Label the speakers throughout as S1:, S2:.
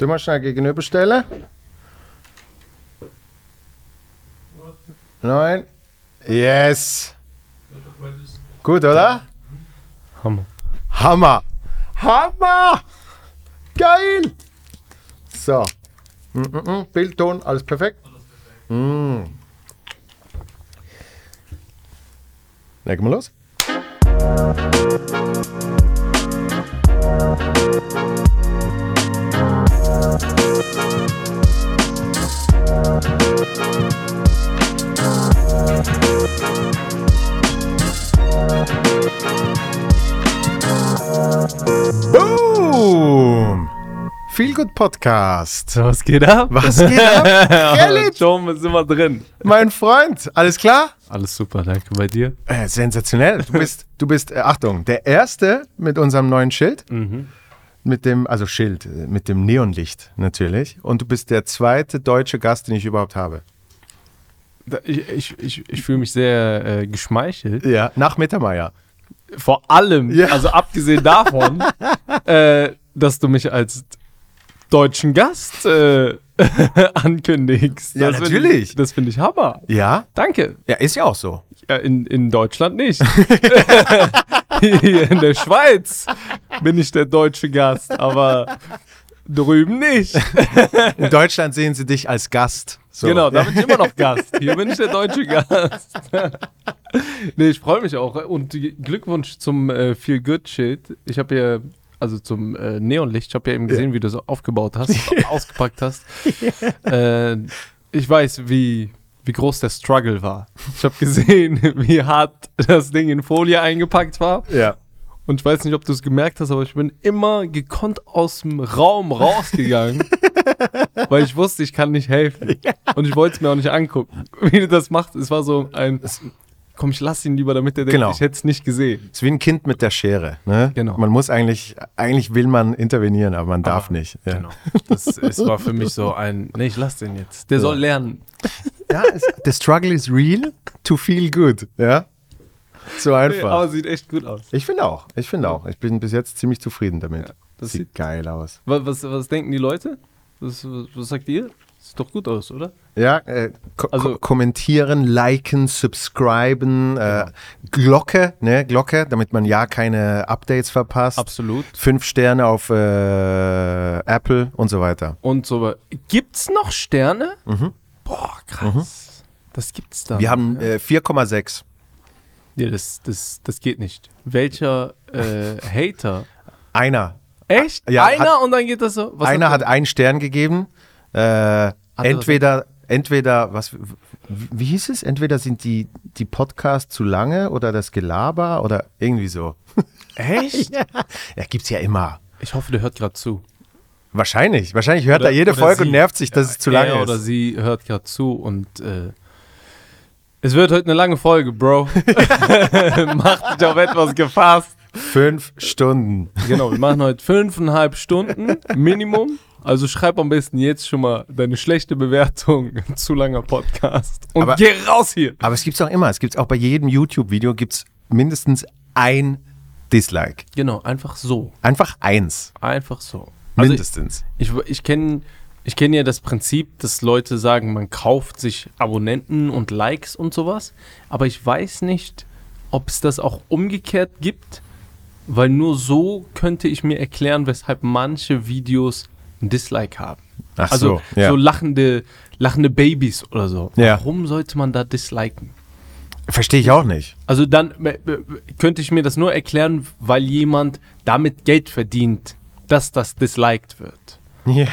S1: Du mal schnell gegenüberstellen. Nein. Yes. Gut, oder?
S2: Hammer.
S1: Hammer. Hammer. Geil. So. Mm -mm -mm. Bild, Ton, alles perfekt. Mm. Legen wir los. Boom! Feel Good Podcast.
S2: Was Äh, geht ab?
S1: Was geht ab? Gerlit?
S2: Schon sind wir drin.
S1: mein Freund, alles klar?
S2: Alles super, danke bei dir.
S1: Äh, sensationell. Du bist, du bist, äh, Achtung, der Erste mit unserem neuen Schild. Mit dem, also Schild, äh, mit dem Neonlicht natürlich. Und du bist der zweite deutsche Gast, den ich überhaupt habe.
S2: Da- Ich, ich, ich, ich fühle mich sehr äh, geschmeichelt.
S1: Ja. Nach Mittermeier.
S2: Vor allem,
S1: Ja.
S2: also abgesehen davon, äh, dass du mich als deutschen Gast äh, ankündigst.
S1: Ja,
S2: Das find
S1: natürlich.
S2: Ich, das finde ich Hammer.
S1: Ja?
S2: Danke.
S1: Ja, ist ja auch so.
S2: Ja, in, in Deutschland nicht. Hier in der Schweiz bin ich der deutsche Gast, aber drüben nicht.
S1: In Deutschland sehen sie dich als Gast. So.
S2: Genau, da bin ich immer noch Gast. Hier bin ich der deutsche Gast. nee, ich freue mich auch. Und die- Glückwunsch zum äh, Feel Good Schild. Ich habe ja, also zum äh, Neonlicht, ich habe ja eben gesehen, wie du es aufgebaut hast, ausgepackt hast. Äh, ich weiß, wie, wie groß der Struggle war. Ich habe gesehen, wie hart das Ding in Folie eingepackt war.
S1: Ja.
S2: Und ich weiß nicht, ob du es gemerkt hast, aber ich bin immer gekonnt aus dem Raum rausgegangen, weil ich wusste, ich kann nicht helfen. Und ich wollte es mir auch nicht angucken, wie du das machst. Es war so ein, komm, ich lass ihn lieber, damit er denkt,
S1: Genau.
S2: ich hätte es nicht gesehen.
S1: Ist wie ein Kind mit der Schere. Ne?
S2: Genau.
S1: Man muss eigentlich, eigentlich will man intervenieren, aber man darf
S2: Aber- genau.
S1: nicht. Ja.
S2: Das es war für mich so ein, nee, ich lass den jetzt. Der soll lernen.
S1: Ja, es, the struggle is real to feel good. Ja. So einfach.
S2: Aber sieht echt gut aus.
S1: Ich finde auch. Ich finde auch. Ich bin bis jetzt ziemlich zufrieden damit.
S2: Ja,
S1: das
S2: das
S1: sieht, geil aus.
S2: Was, was, was denken die Leute? Was, was, was sagt ihr? Sieht doch gut aus, oder?
S1: Ja, äh, ko
S2: Also-
S1: ko kommentieren, liken, subscriben, äh, Glocke, ne, Glocke, damit man ja keine Updates verpasst.
S2: Absolut.
S1: Fünf Sterne auf äh, Apple und so weiter.
S2: Und so. wei- Gibt's noch Sterne? Boah, krass. Das gibt's da.
S1: Wir haben äh, 4,6.
S2: Nee, das, das, das geht nicht. Welcher äh, Hater?
S1: Einer.
S2: Echt?
S1: Ja,
S2: einer und dann geht das so. Was
S1: Einer hat
S2: er-
S1: einen Stern gegeben. Äh, entweder, entweder, was, w- wie hieß es? Entweder sind die, die Podcasts zu lange oder das Gelaber oder irgendwie so.
S2: Echt?
S1: Ja, gibt's ja immer.
S2: Ich hoffe, der hört gerade zu.
S1: Wahrscheinlich. Wahrscheinlich hört
S2: Oder-
S1: er jede
S2: oder
S1: Folge
S2: sie.
S1: und nervt sich, dass es zu lange
S2: er oder
S1: ist.
S2: sie hört gerade zu und äh, es wird heute eine lange Folge, Bro. Macht dich auf etwas gefasst.
S1: Fünf Stunden.
S2: Genau, wir machen heute fünfeinhalb Stunden Minimum. Also schreib am besten jetzt schon mal deine schlechte Bewertung. Zu langer Podcast. Und
S1: Aber-
S2: geh raus hier.
S1: Aber es gibt's auch immer. Es gibt's auch bei jedem YouTube-Video gibt's mindestens ein Dislike.
S2: Genau, einfach so.
S1: Einfach eins.
S2: Einfach so. Also ich-
S1: Mindestens.
S2: Ich, ich kenne ich kenn ja das Prinzip, dass Leute sagen, man kauft sich Abonnenten und Likes und sowas. Aber ich weiß nicht, ob es das auch umgekehrt gibt, weil nur so könnte ich mir erklären, weshalb manche Videos ein Dislike haben.
S1: Ach
S2: also
S1: so, ja.
S2: so lachende, lachende Babys oder so.
S1: Ja.
S2: Warum sollte man da disliken?
S1: Verstehe ich auch nicht.
S2: Also dann äh, äh, könnte ich mir das nur erklären, weil jemand damit Geld verdient, dass das disliked wird.
S1: Ja.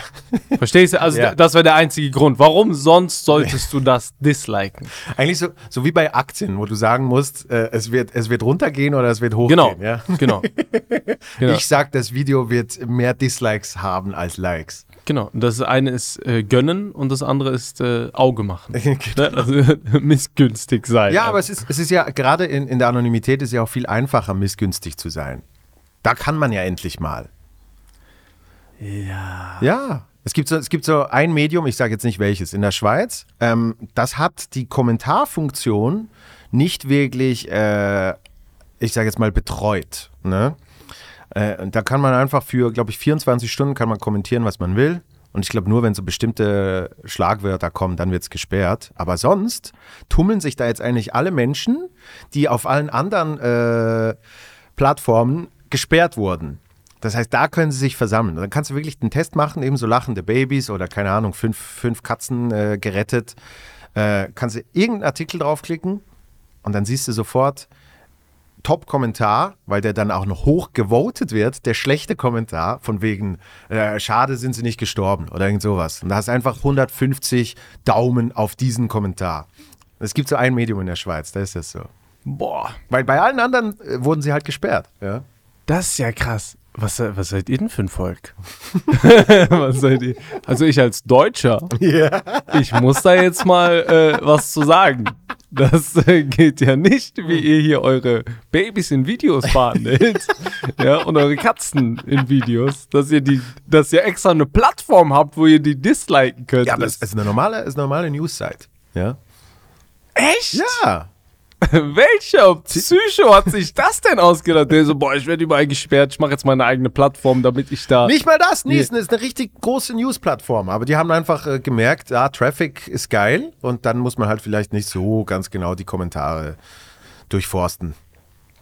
S2: Verstehst du? Also
S1: Ja.
S2: d- das wäre der einzige Grund. Warum sonst solltest du das disliken?
S1: Eigentlich so, so wie bei Aktien, wo du sagen musst, äh, es, wird, es wird runtergehen oder es wird hochgehen.
S2: Genau.
S1: Ja?
S2: Genau. genau.
S1: Ich sag, das Video wird mehr Dislikes haben als Likes.
S2: genau. Und Das eine ist äh, gönnen und das andere ist äh, Auge machen. Ne? Also missgünstig sein.
S1: Genau. Ja, aber es ist, es ist ja gerade in, in der Anonymität ist ja auch viel einfacher, missgünstig zu sein. Da kann man ja endlich mal.
S2: Ah.
S1: Ja. Ja. Es gibt, so, es gibt so ein Medium, ich sage jetzt nicht welches, in der Schweiz, ähm, das hat die Kommentarfunktion nicht wirklich, äh, ich sage jetzt mal, betreut. Ne? Äh, und da kann man einfach für, glaube ich, 24 Stunden kann man kommentieren, was man will. Und ich glaube, nur wenn so bestimmte Schlagwörter kommen, dann wird es gesperrt. Aber sonst tummeln sich da jetzt eigentlich alle Menschen, die auf allen anderen äh, Plattformen gesperrt wurden. Das heißt, da können sie sich versammeln. Dann kannst du wirklich den Test machen, eben so lachende Babys oder keine Ahnung, fünf, fünf Katzen äh, gerettet. Äh, kannst du irgendeinen Artikel draufklicken und dann siehst du sofort Top-Kommentar, weil der dann auch noch hoch gewotet wird, der schlechte Kommentar von wegen, äh, schade sind sie nicht gestorben oder irgend sowas. Und da hast du einfach 150 Daumen auf diesen Kommentar. Es gibt so ein Medium in der Schweiz, da ist das so.
S2: Boah,
S1: Weil bei allen anderen äh, wurden sie halt gesperrt. Ja.
S2: das ist ja krass. Was, was seid ihr denn für ein Volk? was seid ihr? Also ich als Deutscher, ich muss da jetzt mal äh, was zu sagen. Das äh, geht ja nicht, wie ihr hier eure Babys in Videos behandelt ja, und eure Katzen in Videos, dass ihr die, dass ihr extra eine Plattform habt, wo ihr die disliken könnt.
S1: Ja, aber es ist eine normale, ist eine normale News-Site. Ja.
S2: echt?
S1: Ja.
S2: Welcher Psycho hat sich das denn ausgedacht? Der so, boah, ich werde überall gesperrt, ich mache jetzt meine eigene Plattform, damit ich da.
S1: Nicht mal das. Niesen ist eine richtig große News-Plattform. Aber die haben einfach äh, gemerkt, ja, Traffic ist geil. Und dann muss man halt vielleicht nicht so ganz genau die Kommentare durchforsten.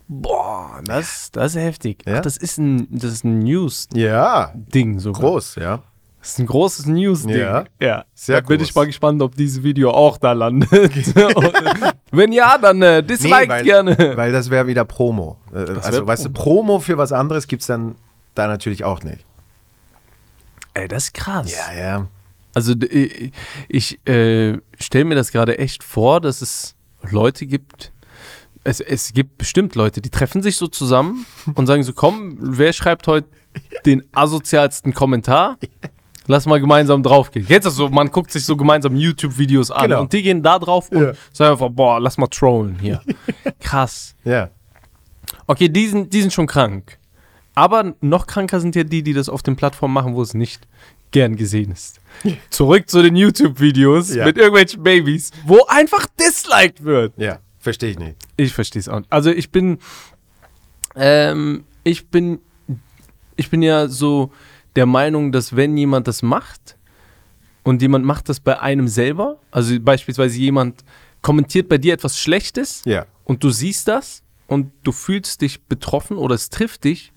S2: Boah, das, das ist heftig.
S1: Ja?
S2: Ach, das ist ein, das ist ein News-Ding
S1: Ja.
S2: sogar.
S1: Groß, ja.
S2: Das ist ein großes News-Ding.
S1: Ja. Sehr
S2: Sehr da bin
S1: groß.
S2: ich mal gespannt, ob dieses Video auch da landet. Und, wenn ja, dann äh, disliked
S1: weil,
S2: gerne.
S1: Weil das wäre wieder Promo. Äh, also,
S2: wär
S1: weißt du, Promo für was anderes gibt es dann da natürlich auch nicht.
S2: Ey, das ist krass.
S1: Ja, ja.
S2: Also d- ich, ich äh, stelle mir das gerade echt vor, dass es Leute gibt. Es, es gibt bestimmt Leute, die treffen sich so zusammen und sagen so, komm, wer schreibt heute den asozialsten Kommentar? Lass mal gemeinsam draufgehen. Jetzt ist so, man guckt sich so gemeinsam YouTube-Videos an
S1: Genau.
S2: und die gehen da drauf und
S1: Ja.
S2: sagen einfach, boah, lass mal trollen hier. Krass.
S1: Ja.
S2: Okay, die sind, die sind schon krank. Aber noch kranker sind ja die, die das auf den Plattformen machen, wo es nicht gern gesehen ist. Zurück zu den YouTube-Videos
S1: Ja.
S2: mit irgendwelchen Babys, wo einfach disliked wird.
S1: Ja. Verstehe ich nicht.
S2: Ich verstehe es auch nicht. Also ich bin, ähm, ich bin, ich bin ja so der Meinung, dass wenn jemand das macht und jemand macht das bei einem selber, also beispielsweise jemand kommentiert bei dir etwas Schlechtes,
S1: Ja.
S2: und du siehst das und du fühlst dich betroffen oder es trifft dich,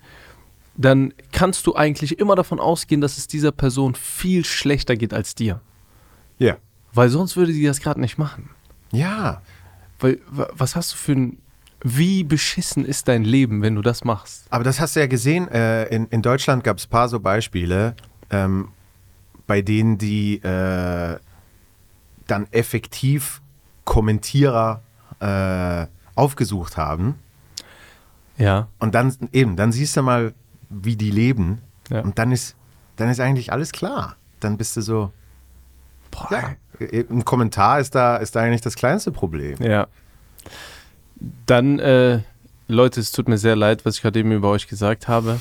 S2: dann kannst du eigentlich immer davon ausgehen, dass es dieser Person viel schlechter geht als dir.
S1: Ja.
S2: Weil sonst würde die das gerade nicht machen.
S1: Ja.
S2: Weil, wa- was hast du für ein. Wie beschissen ist dein Leben, wenn du das machst?
S1: Aber das hast du ja gesehen, äh, in, in Deutschland gab es ein paar so Beispiele, ähm, bei denen die äh, dann effektiv Kommentierer äh, aufgesucht haben.
S2: Ja.
S1: Und dann eben, dann siehst du mal, wie die leben.
S2: Ja.
S1: Und dann ist, dann ist eigentlich alles klar. Dann bist du so,
S2: Boah.
S1: ja, äh, ein Kommentar ist da, ist da eigentlich das kleinste Problem.
S2: Ja. Dann, äh, Leute, es tut mir sehr leid, was ich gerade eben über euch gesagt habe.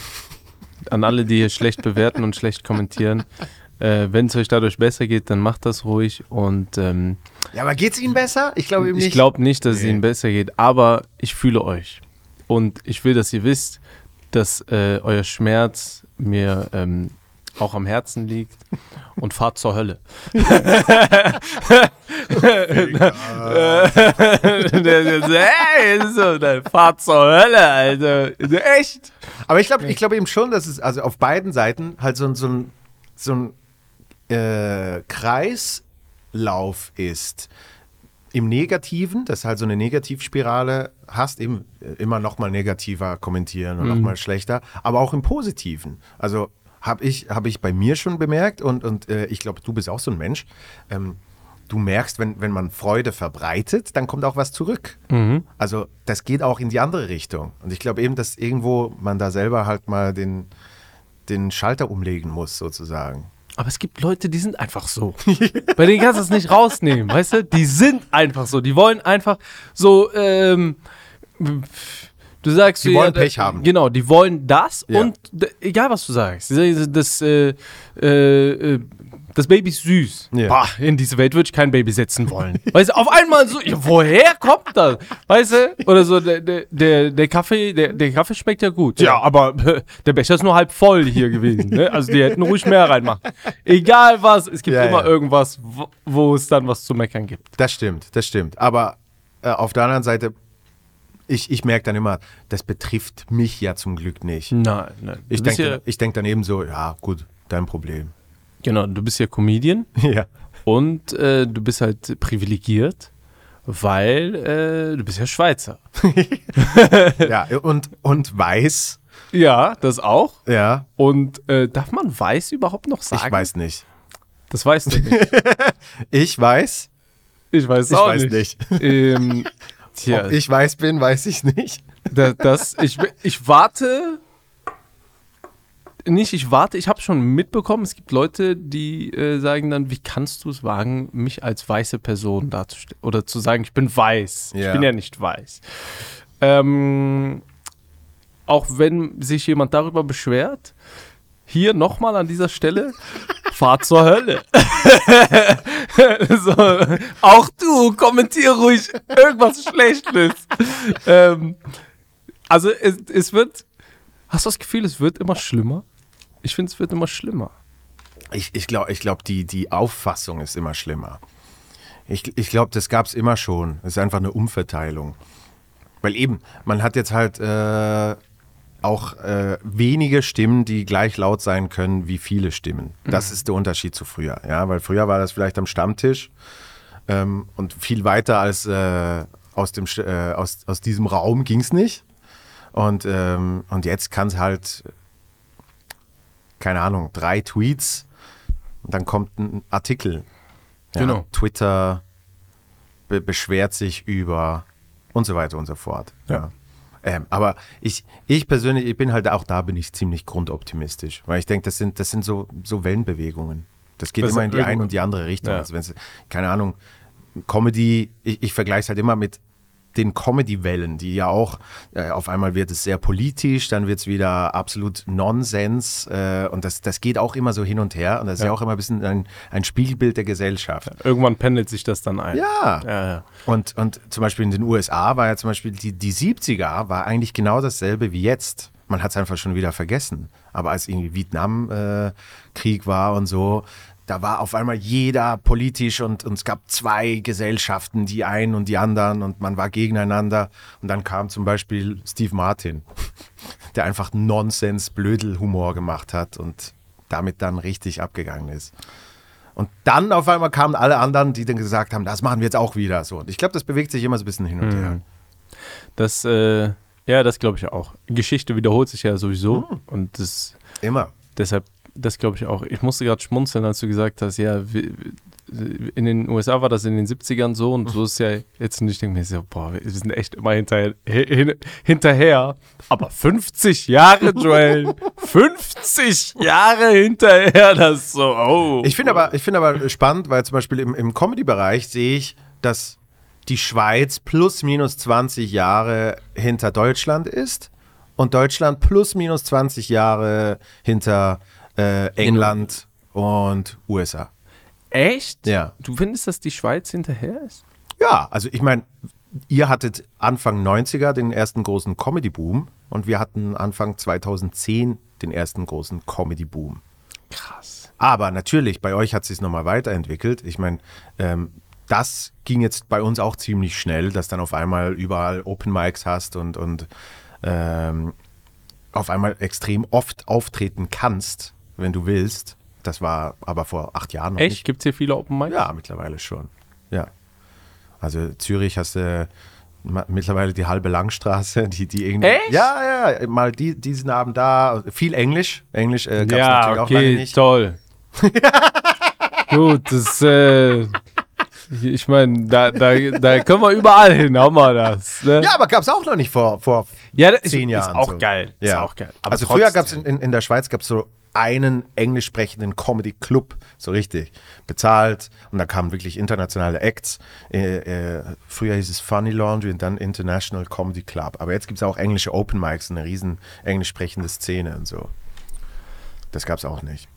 S2: An alle, die hier schlecht bewerten und schlecht kommentieren. Äh, Wenn es euch dadurch besser geht, dann macht das ruhig. Und ähm,
S1: Ja, aber geht's ihnen besser? Ich glaube eben nicht.
S2: ich glaube nicht, dass es
S1: Nee.
S2: ihnen besser geht, aber ich fühle euch. Und ich will, dass ihr wisst, dass äh, euer Schmerz mir ähm, auch am Herzen liegt. Und fahrt zur Hölle. Der ist so, hey, das ist so, dann fahrt zur Hölle, Alter. Echt?
S1: Aber ich glaube ich glaub eben schon, dass es also auf beiden Seiten halt so, ein- so ein, so ein äh, Kreislauf ist. Im Negativen, dass halt so eine Negativspirale hast, eben äh, immer nochmal negativer kommentieren und nochmal schlechter, aber auch im Positiven. Also habe ich, hab ich bei mir schon bemerkt und, und äh, ich glaube, du bist auch so ein Mensch. Ähm, du merkst, wenn, wenn man Freude verbreitet, dann kommt auch was zurück. Also das geht auch in die andere Richtung. Und ich glaube eben, dass irgendwo man da selber halt mal den, den Schalter umlegen muss, sozusagen.
S2: Aber es gibt Leute, die sind einfach so. Bei denen kannst du es nicht rausnehmen, weißt du? Die sind einfach so. Die wollen einfach so, ähm, du sagst...
S1: Die
S2: so,
S1: wollen
S2: da-
S1: Pech haben.
S2: Genau, die wollen das
S1: Ja.
S2: und d- egal, was du sagst. Sie sagen, Das, äh, äh, äh, Das Baby ist süß.
S1: Ja.
S2: Bah, in diese Welt würde ich kein Baby setzen wollen. weißt du, auf einmal so, ja, woher kommt das? Weißt du, oder so, der, der- der, der Kaffee, der, der Kaffee schmeckt ja gut. Ja, aber äh, der Becher ist nur halb voll hier gewesen. Ne? Also die hätten ruhig mehr reinmachen. Egal was, es gibt
S1: Ja,
S2: immer
S1: ja.
S2: irgendwas, wo, wo es dann was zu meckern gibt.
S1: Das stimmt, das stimmt. Aber äh, auf der anderen Seite, ich, ich merke dann immer, das betrifft mich ja zum Glück nicht.
S2: Nein, nein.
S1: Ich
S2: Du bist
S1: denke
S2: Hm. ja,
S1: ich denk dann eben so, ja gut, dein Problem.
S2: genau, du bist ja Comedian
S1: ja.
S2: und äh, du bist halt privilegiert, weil äh, du bist ja Schweizer.
S1: ja, und, und weiß,
S2: Ja, das auch.
S1: ja,
S2: Und äh, darf man weiß überhaupt noch sagen?
S1: ich weiß nicht.
S2: Das weißt du nicht.
S1: Ich weiß,
S2: Ich weiß es
S1: Ich
S2: auch
S1: weiß
S2: nicht. Ähm, tja,
S1: ob ich weiß bin, weiß ich nicht.
S2: da, das, ich, ich warte. Nicht, ich warte, ich habe schon mitbekommen, es gibt Leute, die äh, sagen dann, wie kannst du es wagen, mich als weiße Person darzustellen? Oder zu sagen, ich bin weiß. Ich
S1: Ja.
S2: bin ja nicht weiß. Ähm, auch wenn sich jemand darüber beschwert, hier nochmal an dieser Stelle, fahrt zur Hölle. so, auch du, kommentier ruhig irgendwas Schlechtes. ähm, also es, es wird, hast du das Gefühl, es wird immer schlimmer? Ich finde, es wird immer schlimmer.
S1: Ich, ich glaube, ich glaub, die, die Auffassung ist immer schlimmer. Ich, ich glaube, das gab es immer schon. Es ist einfach eine Umverteilung. Weil eben, man hat jetzt halt äh, auch äh, wenige Stimmen, die gleich laut sein können wie viele Stimmen. Das ist der Unterschied zu früher. Ja, weil früher war das vielleicht am Stammtisch ähm, und viel weiter als äh, aus, dem, Sch- äh, aus, aus diesem Raum ging es nicht. Und, ähm, und jetzt kann es halt, keine Ahnung, drei Tweets und dann kommt ein Artikel. Ja,
S2: Genau.
S1: Twitter be beschwert sich über und so weiter und so fort. Ja. Ähm, aber ich, ich persönlich, ich bin halt auch da, bin ich ziemlich grundoptimistisch, weil ich denke, das sind, das sind so, so Wellenbewegungen. Das geht
S2: Das
S1: immer
S2: sind
S1: in die eine
S2: Bewegungen.
S1: und die andere Richtung.
S2: Ja.
S1: Also wenn's, keine Ahnung, Comedy, ich, ich vergleiche es halt immer mit den Comedy-Wellen, die ja auch, äh, auf einmal wird es sehr politisch, dann wird es wieder absolut Nonsens äh, und das, das geht auch immer so hin und her und das ist ja auch immer ein bisschen ein, ein Spiegelbild der Gesellschaft.
S2: Irgendwann pendelt sich das dann ein.
S1: Ja.
S2: ja, ja.
S1: Und, und zum Beispiel in den USA war ja zum Beispiel die, die 70er war eigentlich genau dasselbe wie jetzt. Man hat es einfach schon wieder vergessen. Aber als irgendwie Vietnamkrieg war und so, da war auf einmal jeder politisch und, und es gab zwei Gesellschaften, die einen und die anderen und man war gegeneinander. Und dann kam zum Beispiel Steve Martin, der einfach Nonsens-Blödel-Humor gemacht hat und damit dann richtig abgegangen ist. Und dann auf einmal kamen alle anderen, die dann gesagt haben, das machen wir jetzt auch wieder. So. Und ich glaube, das bewegt sich immer so ein bisschen hin und her.
S2: Das, äh, ja, das glaube ich auch. Geschichte wiederholt sich ja sowieso
S1: Hm.
S2: und das
S1: Immer.
S2: deshalb, das glaube ich auch. Ich musste gerade schmunzeln, als du gesagt hast, ja, wir- wir- in den USA war das in den 70ern so
S1: Hm.
S2: und so ist ja jetzt nicht, ich denke mir so, boah, wir sind echt immer hinterher, hin, hinterher. Aber 50 Jahre, Joel, 50 Jahre hinterher, das ist so, oh.
S1: Ich finde aber, ich finde aber äh, spannend, weil zum Beispiel im, im Comedy-Bereich sehe ich, dass die Schweiz plus minus 20 Jahre hinter Deutschland ist und Deutschland plus minus 20 Jahre hinter äh, England und USA.
S2: echt?
S1: Ja.
S2: Du findest, dass die Schweiz hinterher ist?
S1: Ja, also ich meine, ihr hattet Anfang 90er den ersten großen Comedy-Boom und wir hatten Anfang 2010 den ersten großen Comedy-Boom.
S2: Krass.
S1: Aber natürlich, bei euch hat es sich nochmal weiterentwickelt. Ich meine, ähm, das ging jetzt bei uns auch ziemlich schnell, dass dann auf einmal überall Open Mics hast und, und ähm, auf einmal extrem oft auftreten kannst, wenn du willst. Das war aber vor acht Jahren noch nicht.
S2: Echt? Gibt es hier viele Open Mics?
S1: Ja, mittlerweile schon. Ja. Also Zürich hast du ma- mittlerweile die halbe Langstraße, die, die irgendwie.
S2: Echt?
S1: Ja, ja, mal die, diesen Abend da. Viel Englisch. Englisch äh, gab es
S2: Ja,
S1: natürlich auch lange
S2: okay,
S1: nicht.
S2: toll. Gut, das, äh, ich meine, da, da, da können wir überall hin, haben wir das. Ne?
S1: Ja, aber gab es auch noch nicht vor, vor
S2: Ja, das ist-
S1: zehn
S2: ist
S1: Jahren.
S2: auch
S1: so.
S2: geil, ist
S1: Ja.
S2: auch geil. Aber
S1: Also früher
S2: trotzdem.
S1: gab es in, in, in der Schweiz gab's so einen englisch sprechenden Comedy-Club, so richtig, bezahlt. Und da kamen wirklich internationale Acts. Äh, äh, früher hieß es Funny Laundry und dann International Comedy Club. Aber jetzt gibt es auch englische Open Mics, eine riesen englisch sprechende Szene und so. Das gab es auch nicht.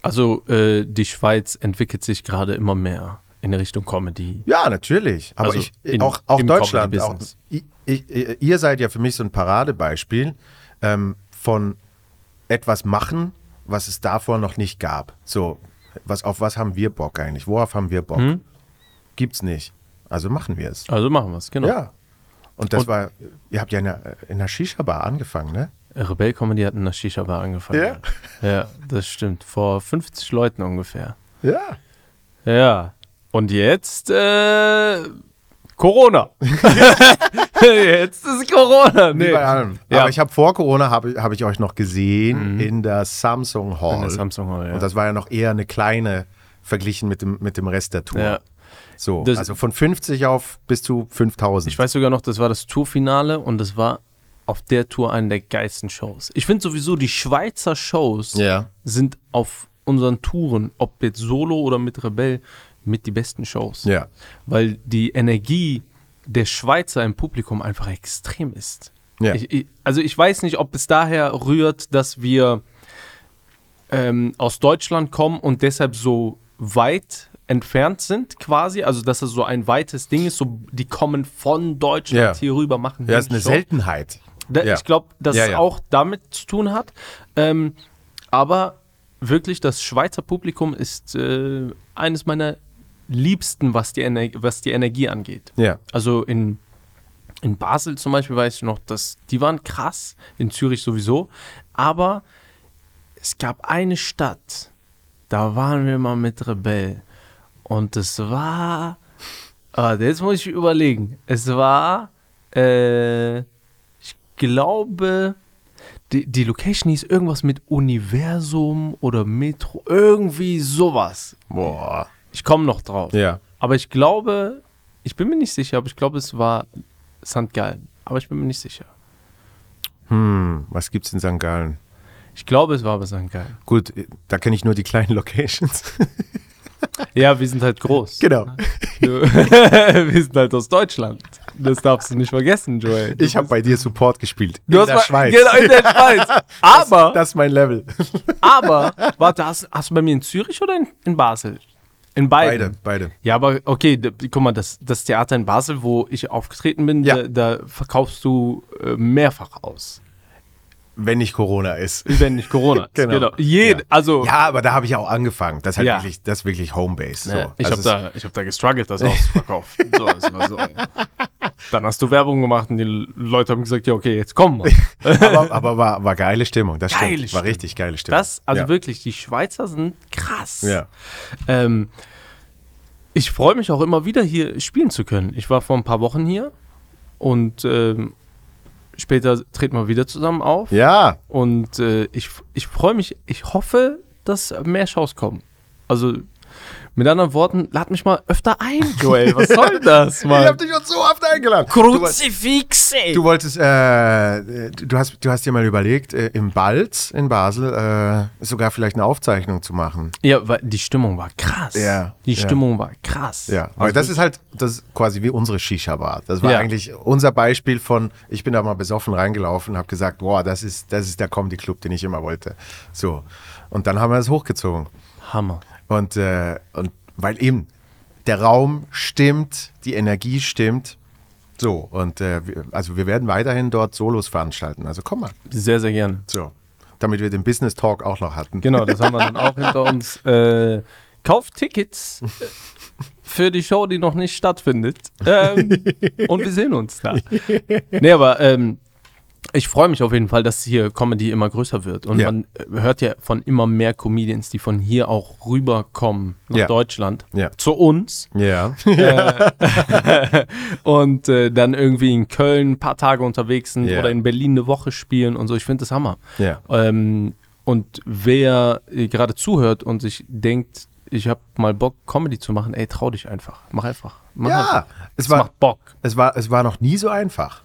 S2: Also äh, die Schweiz entwickelt sich gerade immer mehr in Richtung Comedy.
S1: Ja, natürlich. Aber
S2: Also
S1: ich,
S2: in-
S1: auch, auch
S2: im
S1: Deutschland. Auch,
S2: Comedy-Business.
S1: ich, ich, ihr seid ja für mich so ein Paradebeispiel ähm, von etwas machen, was es davor noch nicht gab. So, was, auf was haben wir Bock eigentlich? Worauf haben wir Bock?
S2: Hm?
S1: Gibt's nicht. Also machen wir es.
S2: Also machen wir es, genau.
S1: Ja. Und das
S2: Und-
S1: war, ihr habt ja in der, in der Shisha-Bar angefangen, ne?
S2: Rebell Comedy hat in der Shisha-Bar angefangen.
S1: Ja?
S2: Ja. ja, das stimmt. Vor 50 Leuten ungefähr.
S1: Ja.
S2: Ja. Und jetzt, äh, Corona. jetzt ist Corona.
S1: Wie
S2: Nee.
S1: bei allem.
S2: Ja. Mhm.
S1: Aber ich habe vor Corona, habe hab ich euch noch gesehen in der Samsung Hall.
S2: In der Samsung Hall, ja.
S1: Und das war ja noch eher eine kleine, verglichen mit dem, mit dem Rest der Tour.
S2: ja.
S1: So,
S2: Das-
S1: also von 50 auf bis zu 5000.
S2: Ich weiß sogar noch, das war das Tourfinale und das war auf der Tour eine der geilsten Shows. Ich finde sowieso, die Schweizer Shows
S1: Ja.
S2: sind auf unseren Touren, ob jetzt solo oder mit Rebell, mit die besten Shows.
S1: Ja.
S2: Weil die Energie der Schweizer im Publikum einfach extrem ist.
S1: Ja.
S2: Ich, ich, also ich weiß nicht, ob es daher rührt, dass wir ähm, aus Deutschland kommen und deshalb so weit entfernt sind quasi, also dass es so ein weites Ding ist, so die kommen von Deutschland
S1: Ja.
S2: hier rüber, machen hier
S1: Ja, ist eine
S2: Show.
S1: Seltenheit.
S2: Da,
S1: ja.
S2: Ich glaube, dass
S1: Ja,
S2: es
S1: ja.
S2: auch damit zu tun hat. Ähm, aber wirklich, das Schweizer Publikum ist äh, eines meiner Liebsten, was die, Ener was die Energie angeht.
S1: Ja.
S2: Also in, in Basel zum Beispiel weiß ich noch, dass die waren krass, in Zürich sowieso. Aber es gab eine Stadt, da waren wir mal mit Rebell. Und es war. Ah, jetzt muss ich überlegen. Es war. Äh, ich glaube. Die, die Location hieß irgendwas mit Universum oder Metro. Irgendwie sowas.
S1: Boah.
S2: Ich komme noch drauf.
S1: Ja.
S2: Aber ich glaube, ich bin mir nicht sicher, aber ich glaube, es war St. Gallen. Aber ich bin mir nicht sicher.
S1: Hm, was gibt's in St. Gallen?
S2: Ich glaube, es war aber St. Gallen.
S1: Gut, da kenne ich nur die kleinen Locations.
S2: Ja, wir sind halt groß.
S1: genau.
S2: wir sind halt aus Deutschland. Das darfst du nicht vergessen, Joel.
S1: Ich habe bei dir Support gespielt.
S2: Du
S1: in
S2: hast
S1: der
S2: mal-
S1: Schweiz.
S2: Genau, in der Schweiz. Aber,
S1: Das ist mein Level.
S2: aber, warte, hast, hast du bei mir in Zürich oder in, in Basel? In beiden.
S1: Beide, beide.
S2: Ja, aber okay, d- guck mal, das, das Theater in Basel, wo ich aufgetreten bin,
S1: Ja.
S2: da, da verkaufst du äh, mehrfach aus.
S1: Wenn nicht Corona ist.
S2: Wenn nicht Corona. ist.
S1: Genau.
S2: Jed,
S1: Ja.
S2: Also,
S1: Ja, aber da habe ich auch angefangen. Das ist halt
S2: Ja.
S1: wirklich, das ist wirklich Homebase. So.
S2: ne, ich
S1: Also
S2: habe
S1: es-
S2: da, ich hab da gestruggelt, das auszuverkaufen. so, es war so. Dann hast du Werbung gemacht und die Leute haben gesagt, ja, okay, jetzt komm mal.
S1: aber aber war, war geile Stimmung. Das
S2: Geile
S1: stimmt. War
S2: Stimmung.
S1: richtig geile Stimmung.
S2: Das, also
S1: ja.
S2: wirklich, die Schweizer sind krass.
S1: Ja.
S2: Ähm, ich freue mich auch immer wieder hier spielen zu können. Ich war vor ein paar Wochen hier und ähm, später treten wir wieder zusammen auf.
S1: ja,
S2: Und äh, ich, ich freue mich, ich hoffe, dass mehr Shows kommen. Also mit anderen Worten, lad mich mal öfter ein, Joel. Was soll das,
S1: Ich
S2: Mann?
S1: hab dich schon so oft eingeladen.
S2: Kruzifix, ey.
S1: Du wolltest, äh, du hast, du hast dir mal überlegt, äh, im Balz in Basel äh, sogar vielleicht eine Aufzeichnung zu machen.
S2: Ja, weil die Stimmung war krass.
S1: Ja,
S2: Die
S1: ja.
S2: Stimmung war krass.
S1: Ja, weil das ist halt, das ist quasi wie unsere Shisha-Bar. Das war
S2: Also Ja.
S1: eigentlich unser Beispiel von, ich bin da mal besoffen reingelaufen, habe gesagt, boah, das ist, das ist der Comedy-Club, den ich immer wollte. So. Und dann haben wir es hochgezogen.
S2: Hammer.
S1: Und, äh, und weil eben der Raum stimmt, die Energie stimmt. So, und äh, wir, also wir werden weiterhin dort Solos veranstalten. Also komm mal.
S2: Sehr, sehr gerne.
S1: So. Damit wir den Business Talk auch noch hatten.
S2: Genau, das haben wir dann auch hinter uns. Äh, kauft Tickets äh, für die Show, die noch nicht stattfindet. Ähm, und wir sehen uns da. Nee, aber ähm, ich freue mich auf jeden Fall, dass hier Comedy immer größer wird. Und
S1: Ja.
S2: man äh, hört ja von immer mehr Comedians, die von hier auch rüberkommen nach
S1: Ja.
S2: Deutschland,
S1: Ja.
S2: zu uns.
S1: Ja.
S2: Und äh, dann irgendwie in Köln ein paar Tage unterwegs sind
S1: Ja.
S2: oder in Berlin eine Woche spielen und so. Ich finde das Hammer.
S1: Ja.
S2: Ähm, und wer äh, gerade zuhört und sich denkt, ich habe mal Bock, Comedy zu machen, ey, trau dich einfach. Mach einfach. Mach
S1: Ja,
S2: einfach.
S1: es
S2: Es
S1: war,
S2: macht Bock.
S1: es war, es war noch nie so einfach.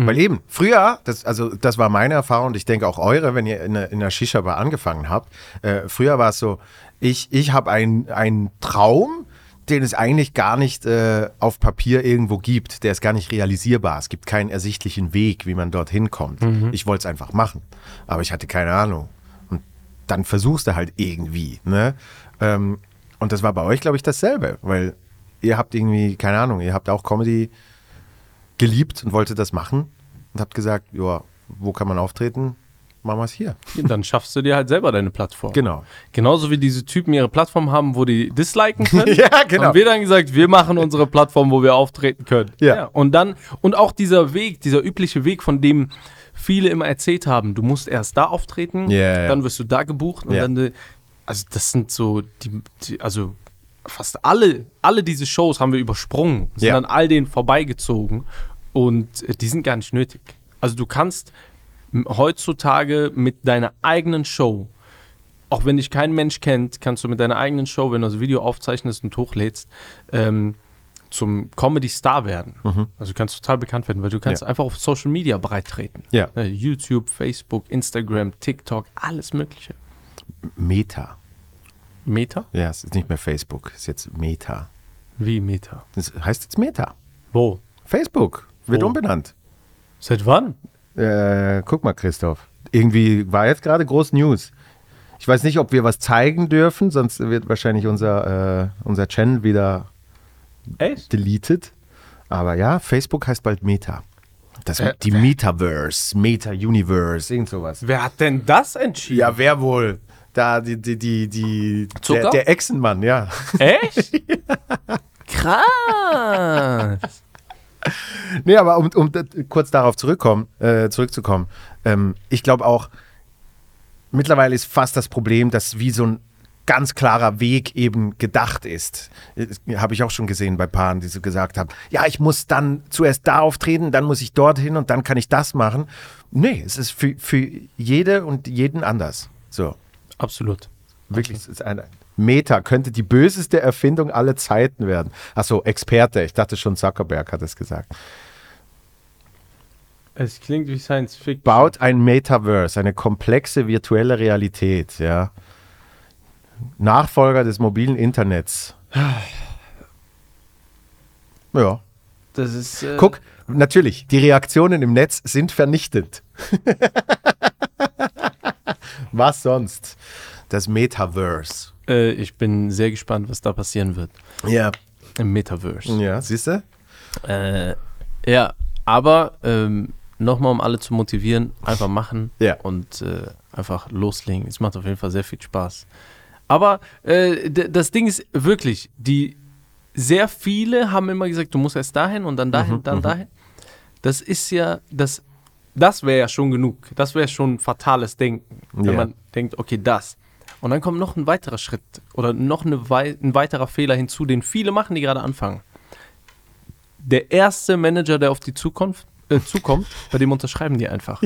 S1: Weil eben, früher, das, also das war meine Erfahrung, und ich denke auch eure, wenn ihr in, der- in der Shisha-Bar angefangen habt, äh, früher war es so, ich, ich habe einen einen Traum, den es eigentlich gar nicht äh, auf Papier irgendwo gibt. Der ist gar nicht realisierbar. Es gibt keinen ersichtlichen Weg, wie man dorthin kommt. Ich wollte es einfach machen, aber ich hatte keine Ahnung. Und dann versuchst du halt irgendwie. Ne? Ähm, und das war bei euch, glaube ich, dasselbe, weil ihr habt irgendwie, keine Ahnung, ihr habt auch Comedy geliebt und wolltet das machen und habt gesagt, ja, wo kann man auftreten? Machen wir es hier.
S2: Dann schaffst du dir halt selber deine Plattform.
S1: Genau.
S2: Genauso wie diese Typen ihre Plattform haben, wo die disliken können.
S1: Ja, genau.
S2: Haben wir dann gesagt, wir machen unsere Plattform, wo wir auftreten können.
S1: Ja.
S2: Und dann, und auch dieser Weg, dieser übliche Weg, von dem viele immer erzählt haben, du musst erst da auftreten,
S1: Ja, ja, ja.
S2: dann wirst du da gebucht und
S1: Ja.
S2: dann, äh, also das sind so die, die also fast alle, alle diese Shows haben wir übersprungen, sind
S1: Ja.
S2: an all denen vorbeigezogen und äh, die sind gar nicht nötig. Also du kannst m- heutzutage mit deiner eigenen Show, auch wenn dich kein Mensch kennt, kannst du mit deiner eigenen Show, wenn du das Video aufzeichnest und hochlädst, ähm, zum Comedy-Star werden. Also du kannst total bekannt werden, weil du kannst
S1: Mhm. Ja.
S2: einfach auf Social Media breit treten.
S1: Ja.
S2: Äh, YouTube, Facebook, Instagram, TikTok, alles Mögliche.
S1: Meta.
S2: Meta?
S1: Ja, es ist nicht mehr Facebook, es ist jetzt Meta.
S2: Wie Meta?
S1: Das heißt jetzt Meta.
S2: Wo?
S1: Facebook wird
S2: Oh.
S1: umbenannt.
S2: Seit wann?
S1: Äh, guck mal, Christoph. Irgendwie war jetzt gerade groß News. Ich weiß nicht, ob wir was zeigen dürfen, sonst wird wahrscheinlich unser, äh, unser Channel wieder
S2: Echt?
S1: deleted. Aber ja, Facebook heißt bald Meta. Das
S2: Äh,
S1: die Metaverse, Meta-Universe, irgend sowas.
S2: Wer hat denn das entschieden?
S1: Ja, wer wohl? Da, die, die, die, die,
S2: Zucker?
S1: der, der Echsenmann, ja.
S2: Echt? Krass.
S1: Nee, aber um, um das- kurz darauf zurückkommen, äh, zurückzukommen, ähm, ich glaube auch, mittlerweile ist fast das Problem, dass wie so ein ganz klarer Weg eben gedacht ist. Das Habe ich auch schon gesehen bei Paaren, die so gesagt haben, ja, ich muss dann zuerst da auftreten, dann muss ich dorthin und dann kann ich das machen. Nee, es ist für, für jede und jeden anders. So,
S2: Absolut.
S1: wirklich, es ist ein Meta könnte die böseste Erfindung aller Zeiten werden. Achso, Experte, ich dachte schon Zuckerberg hat es gesagt.
S2: Es klingt wie Science Fiction.
S1: baut ein Metaverse, eine komplexe virtuelle Realität, ja. Nachfolger des mobilen Internets. Ja.
S2: Das ist. äh,
S1: Guck, natürlich, die Reaktionen im Netz sind vernichtend. Was sonst? Das Metaverse.
S2: Äh, ich bin sehr gespannt, was da passieren wird.
S1: Ja.
S2: Im Metaverse.
S1: Ja, siehst du?
S2: Äh, ja, aber ähm, nochmal, um alle zu motivieren, einfach machen
S1: Ja.
S2: und äh, einfach loslegen. Es macht auf jeden Fall sehr viel Spaß. Aber äh, d- das Ding ist wirklich, die sehr viele haben immer gesagt, du musst erst dahin und dann
S1: Mhm,
S2: dahin, dann dahin. Das ist ja, das, das wäre ja schon genug. Das wäre schon fatales Denken, wenn
S1: Ja.
S2: man denkt, okay, das. Und dann kommt noch ein weiterer Schritt oder noch eine wei ein weiterer Fehler hinzu, den viele machen, die gerade anfangen. Der erste Manager, der auf die Zukunft äh, zukommt, bei dem unterschreiben die einfach.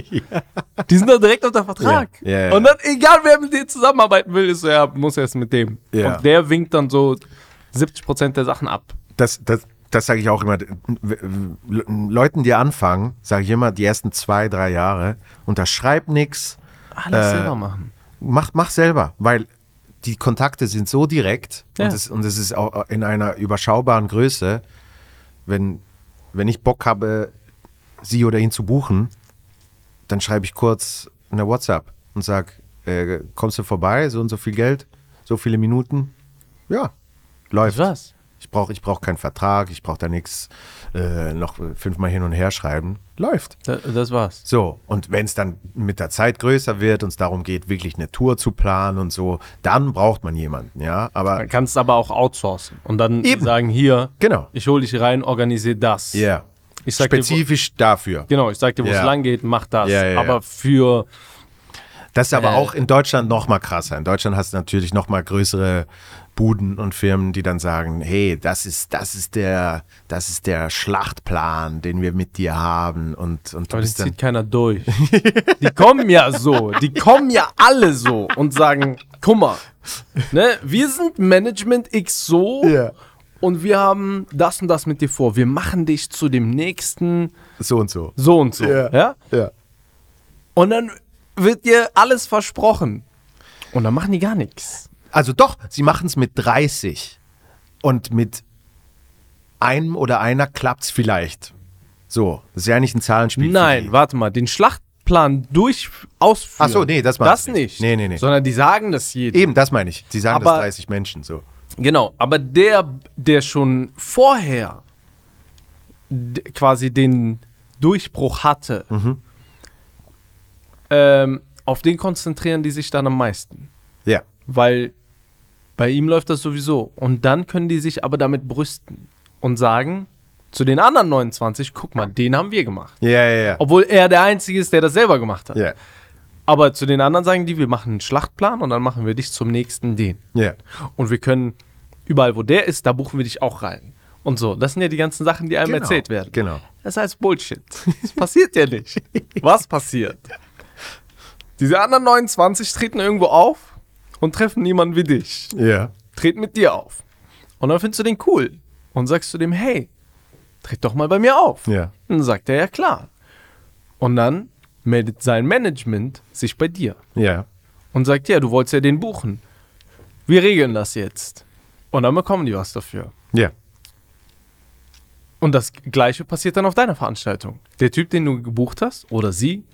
S2: Die sind dann direkt unter Vertrag.
S1: Ja, ja, ja.
S2: Und dann, egal wer mit dir zusammenarbeiten will, ist so, ja, muss erst mit dem.
S1: Ja.
S2: Und der winkt dann so 70% der Sachen ab.
S1: Das, das, das sage ich auch immer. Leuten, die anfangen, sage ich immer, die ersten zwei, drei Jahre, unterschreib nichts,
S2: Alles
S1: Äh,
S2: selber machen.
S1: mach, mach selber, weil die Kontakte sind so direkt
S2: Ja.
S1: und, es, und es ist auch in einer überschaubaren Größe. Wenn, wenn ich Bock habe, sie oder ihn zu buchen, dann schreibe ich kurz eine WhatsApp und sage, äh, kommst du vorbei, so und so viel Geld, so viele Minuten. Ja, läuft.
S2: Was?
S1: Ich brauche ich brauch keinen Vertrag, ich brauche da nichts äh, noch fünfmal hin und her schreiben. Läuft.
S2: Da, das war's.
S1: So, und wenn es dann mit der Zeit größer wird und es darum geht, wirklich eine Tour zu planen und so, dann braucht man jemanden, ja. Aber
S2: Man kann es aber auch outsourcen und dann
S1: Eben.
S2: sagen, hier,
S1: genau.
S2: ich hole dich rein, organisiere das.
S1: Ja.
S2: Ich sag dir, wo,
S1: Spezifisch dafür.
S2: genau, ich sag dir, wo es
S1: Ja.
S2: lang geht, mach das.
S1: Ja, ja, ja.
S2: aber für
S1: Das ist
S2: Äh.
S1: aber auch in Deutschland noch mal krasser. In Deutschland hast du natürlich noch mal größere Buden und Firmen, die dann sagen, hey, das ist, das ist der, das ist der Schlachtplan, den wir mit dir haben und, und du
S2: Aber den
S1: bist dann
S2: zieht keiner durch. Die kommen ja so. Die kommen ja alle so und sagen, guck mal, ne, wir sind Management X so
S1: Ja.
S2: und wir haben das und das mit dir vor. Wir machen dich zu dem nächsten
S1: so und so.
S2: so und so.
S1: Ja.
S2: Ja?
S1: Ja.
S2: Und dann wird dir alles versprochen. Und dann machen die gar nichts.
S1: Also doch, sie machen es mit 30. Und mit einem oder einer klappt es vielleicht. So, das ist ja nicht ein Zahlenspiel. für die.
S2: Nein, warte mal, den Schlacht, Plan durch ausführen.
S1: Ach so, nee, das
S2: Das
S1: machen wir nicht.
S2: nicht.
S1: Nee, nee, nee.
S2: Sondern die sagen das jedem.
S1: Eben, das meine ich. Die sagen
S2: Aber-
S1: das 30 Menschen so.
S2: Genau, aber der, der schon vorher d- quasi den Durchbruch hatte, ähm, auf den konzentrieren die sich dann am meisten.
S1: Ja.
S2: Weil bei ihm läuft das sowieso. Und dann können die sich aber damit brüsten und sagen zu den anderen 29, guck mal, den haben wir gemacht.
S1: Ja, ja, ja.
S2: Obwohl er der Einzige ist, der das selber gemacht hat.
S1: Ja,
S2: Aber zu den anderen sagen die, wir machen einen Schlachtplan und dann machen wir dich zum nächsten den.
S1: ja.
S2: Und wir können überall, wo der ist, da buchen wir dich auch rein. Und so. Das sind ja die ganzen Sachen, die einem
S1: Genau,
S2: erzählt werden.
S1: genau.
S2: Das heißt Bullshit. Das passiert ja nicht. Was passiert? Diese anderen 29 treten irgendwo auf und treffen niemanden wie dich.
S1: Ja.
S2: Treten mit dir auf. Und dann findest du den cool. Und sagst zu dem, hey, tritt doch mal bei mir auf.
S1: Ja.
S2: Und dann sagt er, ja klar. Und dann meldet sein Management sich bei dir
S1: Ja.
S2: und sagt, ja, du wolltest ja den buchen. Wir regeln das jetzt. Und dann bekommen die was dafür.
S1: Ja.
S2: Und das gleiche passiert dann auf deiner Veranstaltung. Der Typ, den du gebucht hast, oder sie,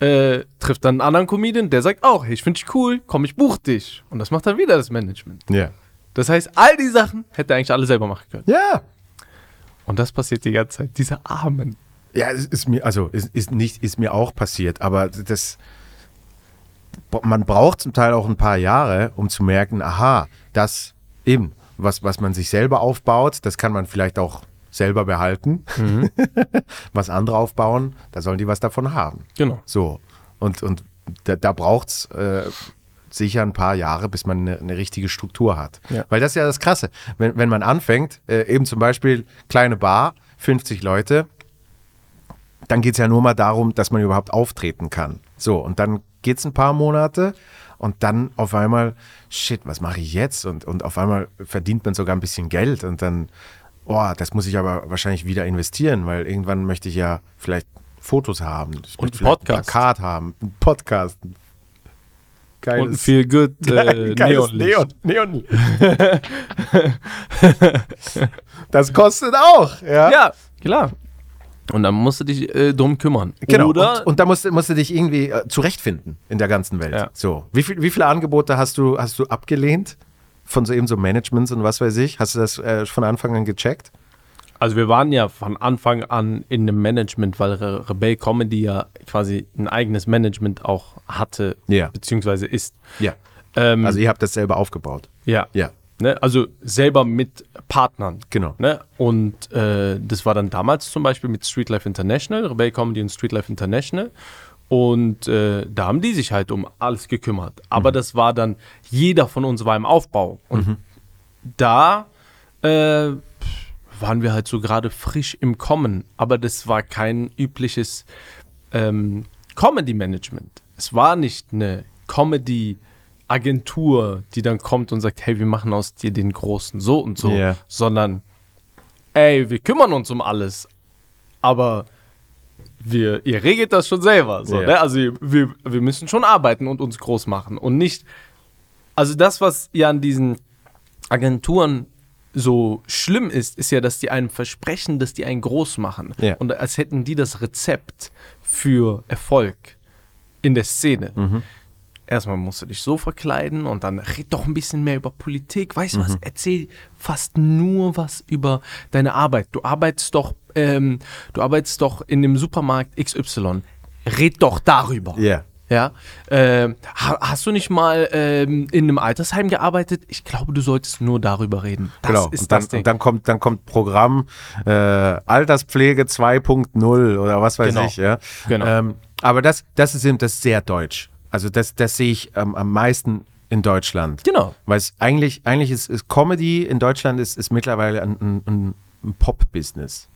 S2: äh, trifft dann einen anderen Comedian, der sagt auch, hey, ich finde dich cool, komm, ich buch dich. Und das macht dann wieder das Management.
S1: Ja.
S2: Das heißt, all die Sachen hätte er eigentlich alle selber machen können.
S1: Ja.
S2: Und das passiert die ganze Zeit. Diese Armen.
S1: Ja, es ist mir, also es ist nicht, ist mir auch passiert, aber das man braucht zum Teil auch ein paar Jahre, um zu merken, aha, das eben, was, was man sich selber aufbaut, das kann man vielleicht auch selber behalten. was andere aufbauen, da sollen die was davon haben.
S2: Genau.
S1: So. Und, und da, da braucht es äh, sicher ein paar Jahre, bis man eine, eine richtige Struktur hat.
S2: Ja.
S1: Weil das ist ja das Krasse. Wenn, wenn man anfängt, äh, eben zum Beispiel kleine Bar, 50 Leute, dann geht es ja nur mal darum, dass man überhaupt auftreten kann. So, und dann geht es ein paar Monate und dann auf einmal, shit, was mache ich jetzt? Und, und auf einmal verdient man sogar ein bisschen Geld und dann, oh, das muss ich aber wahrscheinlich wieder investieren, weil irgendwann möchte ich ja vielleicht Fotos haben. Ich
S2: Und
S1: möchte vielleicht
S2: Podcast.
S1: Ein Plakat haben, ein Podcast. Geiles,
S2: Und viel Good äh,
S1: geiles
S2: Neonlicht.
S1: Neon. Neon. das kostet auch, ja.
S2: Ja, klar. Und dann musst du dich äh, drum kümmern.
S1: Genau.
S2: Oder
S1: und, und da musst, du- musst du dich irgendwie äh, zurechtfinden in der ganzen Welt.
S2: Ja.
S1: So. Wie, viel, wie viele Angebote hast du, hast du abgelehnt? Von so eben so Managements und was weiß ich? Hast du das äh, von Anfang an gecheckt?
S2: Also wir waren ja von Anfang an in dem Management, weil Re Rebell Comedy ja quasi ein eigenes Management auch hatte,
S1: Ja.
S2: beziehungsweise ist.
S1: Ja.
S2: Ähm,
S1: Also ihr habt das selber aufgebaut.
S2: ja.
S1: Ja.
S2: Ne? Also selber mit Partnern.
S1: Genau.
S2: Ne? Und äh, das war dann damals zum Beispiel mit Street Life International, Rebell Comedy und Street Life International. Und äh, da haben die sich halt um alles gekümmert.
S1: Mhm.
S2: Aber das war dann, jeder von uns war im Aufbau. Und da äh, waren wir halt so gerade frisch im Kommen. Aber das war kein übliches ähm, Comedy-Management. Es war nicht eine Comedy-Agentur, die dann kommt und sagt, hey, wir machen aus dir den Großen so und so.
S1: Ja.
S2: Sondern, ey, wir kümmern uns um alles. Aber wir, ihr regelt das schon selber. So,
S1: Ja.
S2: ne? Also wir, wir müssen schon arbeiten und uns groß machen. Und nicht, also das, was ja an diesen Agenturen so schlimm ist, ist ja, dass die einem versprechen, dass die einen groß machen.
S1: Ja.
S2: Und als hätten die das Rezept für Erfolg in der Szene. Erstmal musst du dich so verkleiden und dann red doch ein bisschen mehr über Politik. Weißt du was?
S1: Mhm.
S2: Erzähl fast nur was über deine Arbeit. Du arbeitest doch, ähm, du arbeitest doch in dem Supermarkt XY. Red doch darüber.
S1: Ja.
S2: Ja. Ähm, ha hast du nicht mal ähm, in einem Altersheim gearbeitet? Ich glaube, du solltest nur darüber reden. Das
S1: genau.
S2: ist
S1: und dann,
S2: das Ding.
S1: und dann kommt, dann kommt Programm äh, Alterspflege 2.0 oder was weiß
S2: Genau.
S1: ich, ja.
S2: Genau.
S1: Ähm, aber das, das ist eben das ist sehr deutsch. Also das, das sehe ich ähm, am meisten in Deutschland.
S2: Genau.
S1: Weil es eigentlich, eigentlich ist, ist Comedy in Deutschland ist, ist mittlerweile ein, ein- ein, ein Pop-Business.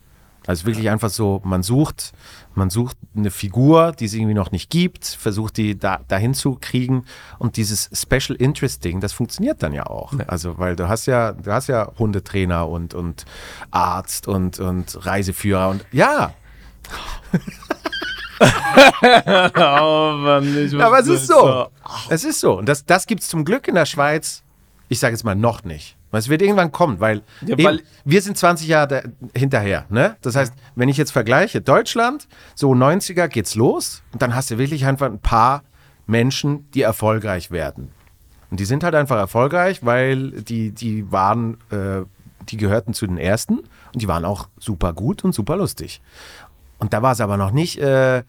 S1: Also wirklich einfach so, man sucht, man sucht eine Figur, die es irgendwie noch nicht gibt, versucht die da, dahin zu kriegen und dieses Special Interest Ding, das funktioniert dann ja auch. Also weil du hast ja, du hast ja Hundetrainer und, und Arzt und, und Reiseführer und ja,
S2: oh Mann, ich Oh
S1: Ja, aber es ist so. Es ist so. Und das, das gibt es zum Glück in der Schweiz Ich sage jetzt mal noch nicht. Weil es wird irgendwann kommen, weil,
S2: Ja,
S1: eben,
S2: weil-
S1: wir sind 20 Jahre da, hinterher. Ne? Das heißt, wenn ich jetzt vergleiche, Deutschland, so 90er geht's los und dann hast du wirklich einfach ein paar Menschen, die erfolgreich werden. Und die sind halt einfach erfolgreich, weil die, die waren, äh, die gehörten zu den ersten und die waren auch super gut und super lustig. Und da war es aber noch nicht äh,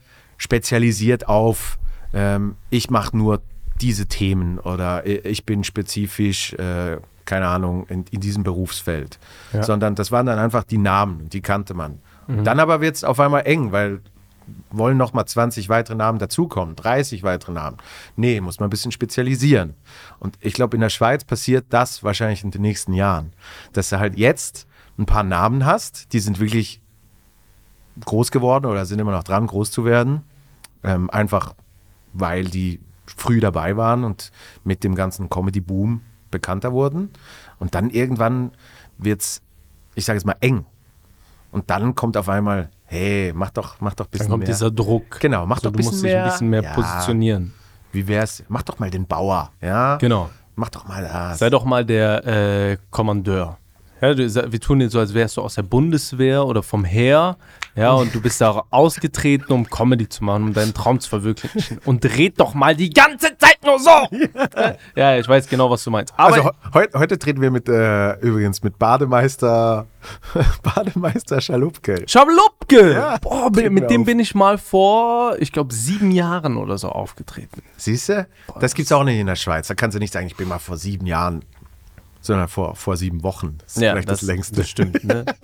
S1: spezialisiert auf, ähm, ich mache nur diese Themen oder i- ich bin spezifisch, äh, keine Ahnung, in, in diesem Berufsfeld.
S2: Ja.
S1: Sondern das waren dann einfach die Namen, die kannte man. Dann aber wird es auf einmal eng, weil wollen noch mal 20 weitere Namen dazukommen, 30 weitere Namen. Nee, muss man ein bisschen spezialisieren. Und ich glaube, in der Schweiz passiert das wahrscheinlich in den nächsten Jahren, dass du halt jetzt ein paar Namen hast, die sind wirklich groß geworden oder sind immer noch dran, groß zu werden. Ähm, einfach weil die früh dabei waren und mit dem ganzen Comedy-Boom bekannter wurden. Und dann irgendwann wird's, ich sage jetzt mal, eng. Und dann kommt auf einmal, hey, mach doch, mach doch ein bisschen
S2: Dann kommt
S1: mehr.
S2: dieser Druck.
S1: Genau, mach
S2: so,
S1: doch
S2: du
S1: bisschen
S2: musst dich ein
S1: mehr-
S2: bisschen mehr
S1: Ja.
S2: positionieren.
S1: Wie wär's? Mach doch mal den Bauer, ja?
S2: Genau.
S1: Mach doch mal das.
S2: Sei doch mal der äh, Kommandeur. Ja, du, sa- wir tun jetzt so, als wärst du aus der Bundeswehr oder vom Heer. Ja, und du bist da ausgetreten, um Comedy zu machen, um deinen Traum zu verwirklichen. Und red doch mal die ganze Zeit nur so! ja, ich weiß genau, was du meinst. Aber
S1: also heu- heu- heute treten wir mit äh, übrigens mit Bademeister Bademeister Schalupke.
S2: Schabluppke!
S1: Ja,
S2: Boah,
S1: treten wir
S2: mit dem
S1: auf.
S2: bin ich mal vor, ich glaube, sieben Jahren oder so aufgetreten.
S1: Siehst du? Das gibt's auch nicht in der Schweiz. Da kannst du nicht sagen, ich bin mal vor sieben Jahren, sondern vor, vor sieben Wochen. Das ist vielleicht das, längste.
S2: Das stimmt, ne?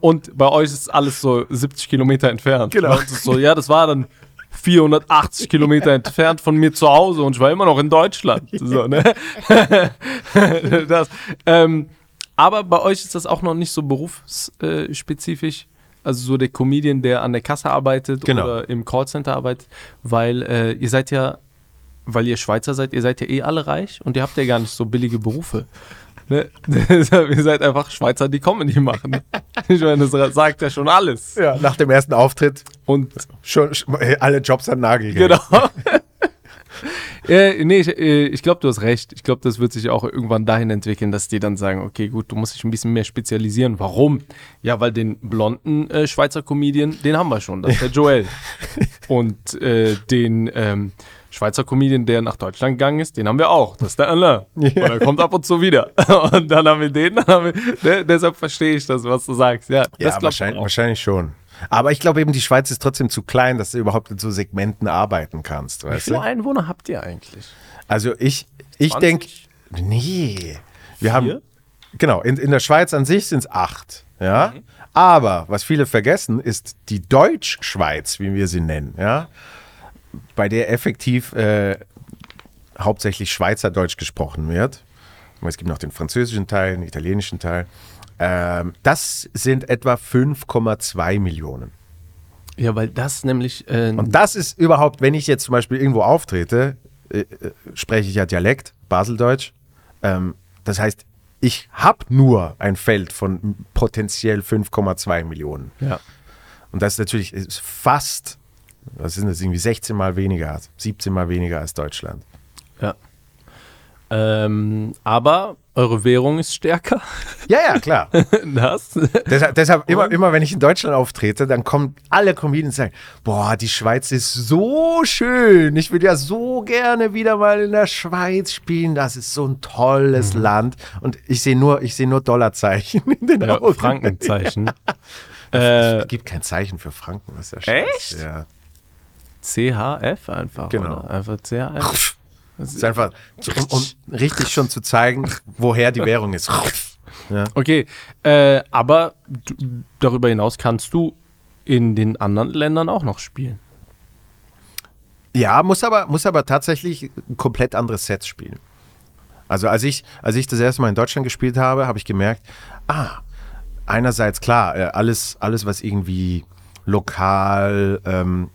S2: Und bei euch ist alles so 70 Kilometer entfernt.
S1: Genau.
S2: Bei uns ist so, ja, das war dann 480 Kilometer entfernt von mir zu Hause und ich war immer noch in Deutschland. So, ne? das, ähm, aber bei euch ist das auch noch nicht so berufsspezifisch. Also so der Comedian, der an der Kasse arbeitet
S1: Genau.
S2: oder im Callcenter arbeitet, weil äh, ihr seid ja, weil ihr Schweizer seid, ihr seid ja eh alle reich und ihr habt ja gar nicht so billige Berufe. Ne? Deshalb, ihr seid einfach Schweizer, die Comedy machen. Ich meine, das sagt ja schon alles.
S1: Ja, nach dem ersten Auftritt
S2: Und
S1: schon, schon äh, alle Jobs an den Nagel. gehängt.
S2: genau. äh, nee, ich, äh, ich glaube, du hast recht. Ich glaube, das wird sich auch irgendwann dahin entwickeln, dass die dann sagen, okay, gut, du musst dich ein bisschen mehr spezialisieren. Warum? Ja, weil den blonden äh, Schweizer Comedian, den haben wir schon, das ist der Joel. Und äh, den ähm, Schweizer Comedian, der nach Deutschland gegangen ist, den haben wir auch. Das ist der Alain. Und er kommt ab und zu wieder. Und dann haben wir den, dann haben wir, ne, deshalb verstehe ich das, was du sagst. Ja, das
S1: Ja,
S2: glaubt
S1: wahrscheinlich,
S2: man auch.
S1: wahrscheinlich schon. Aber ich glaube eben, die Schweiz ist trotzdem zu klein, dass du überhaupt in so Segmenten arbeiten kannst.
S2: Wie
S1: Weißt
S2: viele
S1: du?
S2: Einwohner habt ihr eigentlich?
S1: Also ich, ich
S2: 20?
S1: denke, nee. Wir haben, genau, in, in der Schweiz an sich sind es acht. Ja? Aber was viele vergessen, ist die Deutschschweiz, wie wir sie nennen. Ja? Bei der effektiv äh, hauptsächlich Schweizerdeutsch gesprochen wird. Es gibt noch den französischen Teil, den italienischen Teil. Ähm, das sind etwa 5,2 Millionen.
S2: Ja, weil das nämlich. Äh,
S1: Und das ist überhaupt, wenn ich jetzt zum Beispiel irgendwo auftrete, äh, äh, spreche ich ja Dialekt, Baseldeutsch. Ähm, das heißt, ich habe nur ein Feld von potenziell 5,2 Millionen.
S2: ja.
S1: Und das ist natürlich ist fast, was sind das, irgendwie 16 Mal weniger, 17 Mal weniger als Deutschland.
S2: ja. Ähm, aber eure Währung ist stärker.
S1: Ja, ja, klar.
S2: Das.
S1: Deshalb, deshalb immer, immer, wenn ich in Deutschland auftrete, dann kommen alle Comedians und sagen, boah, die Schweiz ist so schön. Ich will ja so gerne wieder mal in der Schweiz spielen. Das ist so ein tolles
S2: Mhm.
S1: Land. Und ich sehe nur, ich sehe nur Dollarzeichen in den
S2: Ja,
S1: Augen.
S2: Frankenzeichen. Oh, Äh,
S1: Es gibt kein Zeichen für Franken. Das ist ja scheiße.
S2: Echt?
S1: Ja.
S2: CHF einfach.
S1: Genau.
S2: Oder? Einfach CHF.
S1: Es ist einfach, so, um, um richtig schon zu zeigen, woher die Währung ist. Ja.
S2: Okay, äh, aber du, darüber hinaus kannst du in den anderen Ländern auch noch spielen.
S1: Ja, muss aber, muss aber tatsächlich ein komplett anderes Set spielen. Also als ich, als ich das erste Mal in Deutschland gespielt habe, habe ich gemerkt, ah, einerseits klar, äh, alles, alles was irgendwie lokal, ähm,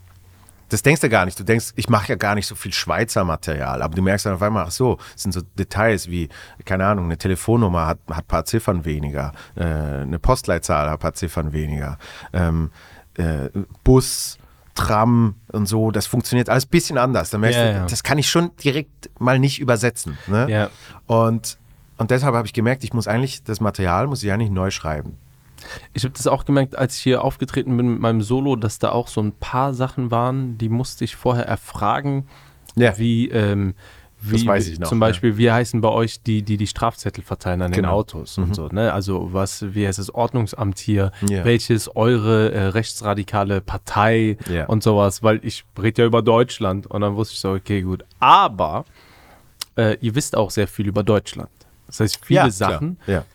S1: das denkst du gar nicht. Du denkst, ich mache ja gar nicht so viel Schweizer Material, aber du merkst dann auf einmal, ach so, es sind so Details wie, keine Ahnung, eine Telefonnummer hat hat paar Ziffern weniger, äh, eine Postleitzahl hat paar Ziffern weniger, ähm, äh, Bus, Tram und so, das funktioniert alles ein bisschen anders. Da merkst
S2: Ja,
S1: du,
S2: ja.
S1: das kann ich schon direkt mal nicht übersetzen. Ne?
S2: Ja.
S1: Und, und deshalb habe ich gemerkt, ich muss eigentlich, das Material muss ich eigentlich neu schreiben.
S2: Ich habe das auch gemerkt, als ich hier aufgetreten bin mit meinem Solo, dass da auch so ein paar Sachen waren, die musste ich vorher erfragen,
S1: Ja.
S2: wie, ähm, wie
S1: Das weiß ich noch,
S2: zum Beispiel, wie heißen bei euch die, die die Strafzettel verteilen an den
S1: Genau.
S2: Autos und so, ne? Also was, wie heißt das Ordnungsamt hier,
S1: Ja.
S2: welches eure äh, rechtsradikale Partei
S1: Ja.
S2: und sowas, weil ich rede ja über Deutschland und dann wusste ich so, okay, gut. Aber äh, ihr wisst auch sehr viel über Deutschland. Das heißt, viele
S1: ja,
S2: Sachen
S1: Klar. Ja.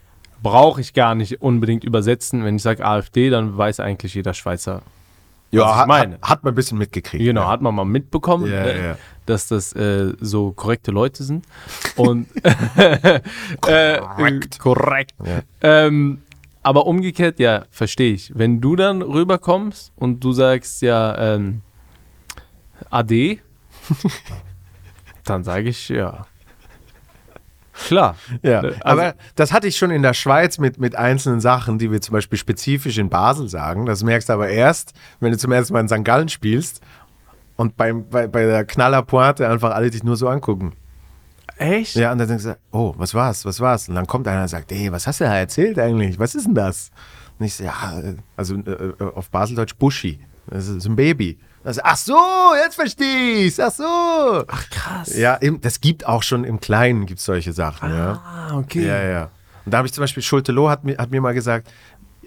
S2: brauche ich gar nicht unbedingt übersetzen. Wenn ich sage AfD, dann weiß eigentlich jeder Schweizer.
S1: Ja,
S2: Was ich
S1: hat,
S2: meine.
S1: Hat, hat man ein bisschen mitgekriegt.
S2: Genau,
S1: ja.
S2: hat man mal mitbekommen,
S1: Ja,
S2: äh,
S1: ja.
S2: dass das äh, so korrekte Leute sind. Und äh,
S1: Korrekt.
S2: äh, korrekt.
S1: Ja.
S2: Ähm, aber umgekehrt, ja, verstehe ich. Wenn du dann rüberkommst und du sagst ja ähm, AD, dann sage ich ja. Klar.
S1: Ja,
S2: Äh, also-
S1: aber das hatte ich schon in der Schweiz mit, mit einzelnen Sachen, die wir zum Beispiel spezifisch in Basel sagen. Das merkst du aber erst, wenn du zum ersten Mal in St. Gallen spielst und beim, bei, bei der Knallerpointe einfach alle dich nur so angucken.
S2: Echt?
S1: Ja, und dann denkst du, oh, was war's, was war's? Und dann kommt einer und sagt, ey, was hast du da erzählt eigentlich? Was ist denn das? Und ich so, ja, äh, also äh, auf Baseldeutsch Buschi. Das ist so ein Baby. Das, ach so, jetzt verstehe ich's, ach so.
S2: Ach krass.
S1: Ja, eben, das gibt auch schon im Kleinen gibt's solche Sachen, ja.
S2: Ah, okay.
S1: Ja, ja. Und da habe ich zum Beispiel, Schulte Loh hat, mir- hat mir mal gesagt,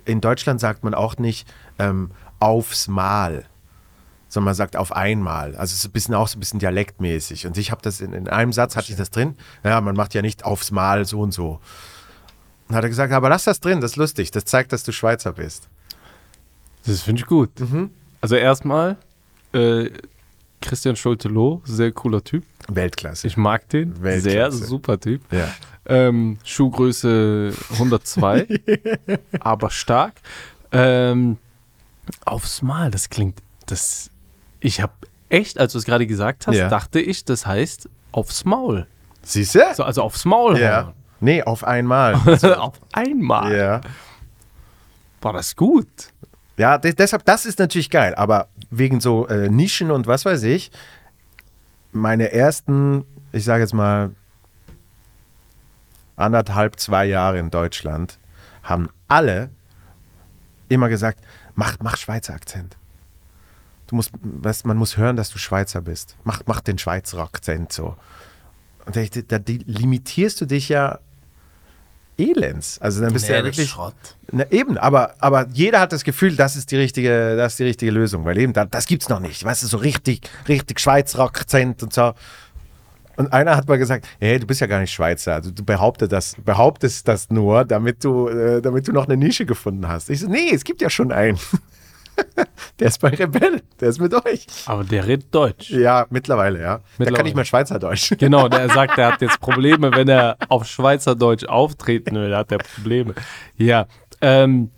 S1: in Deutschland sagt man auch nicht ähm, aufs Mal, sondern man sagt auf einmal. Also es ist ein bisschen auch so ein bisschen dialektmäßig. Und ich habe das in, in einem Satz, hatte ich das drin. Ja, man macht ja nicht aufs Mal so und so. Und hat er gesagt, aber lass das drin, das ist lustig, das zeigt, dass du Schweizer bist.
S2: Das finde ich gut.
S1: Mhm.
S2: Also erstmal, äh, Christian Schulte-Loh, sehr cooler Typ.
S1: Weltklasse.
S2: Ich mag den.
S1: Weltklasse.
S2: Sehr super Typ.
S1: ja.
S2: Ähm, Schuhgröße 102, aber stark. Ähm, aufs Mal, das klingt, das, ich habe echt, als du es gerade gesagt hast,
S1: Ja.
S2: dachte ich, das heißt aufs Maul.
S1: Siehst du?
S2: So, also aufs Maul.
S1: ja.
S2: hauen.
S1: Nee, auf einmal. Also,
S2: Auf einmal.
S1: ja.
S2: War das gut.
S1: Ja, de deshalb, das ist natürlich geil, aber wegen so äh, Nischen und was weiß ich, meine ersten, ich sage jetzt mal, anderthalb, zwei Jahre in Deutschland haben alle immer gesagt, mach, mach Schweizer Akzent. Du musst, weißt, man muss hören, dass du Schweizer bist. Mach, mach den Schweizer Akzent so. Und da, da die- limitierst du dich ja elends. Also dann bist du ja wirklich
S2: Schrott.
S1: na, eben, aber, aber jeder hat das Gefühl, das ist die richtige, das ist die richtige Lösung, weil eben, da, das gibt's noch nicht. Weißt du, so richtig, richtig Schweizer Akzent und so. Und einer hat mal gesagt, hey, du bist ja gar nicht Schweizer, du, du behauptest, das, behauptest das nur, damit du, äh, damit du noch eine Nische gefunden hast. Ich so, nee, es gibt ja schon einen. der ist bei Rebell, der ist mit euch.
S2: Aber der redet Deutsch.
S1: Ja, mittlerweile, ja. Der
S2: Mittlerweile.
S1: kann nicht mehr Schweizerdeutsch.
S2: Genau, der sagt, der hat jetzt Probleme, wenn er auf Schweizerdeutsch auftreten will, hat er Probleme. Ja, ähm,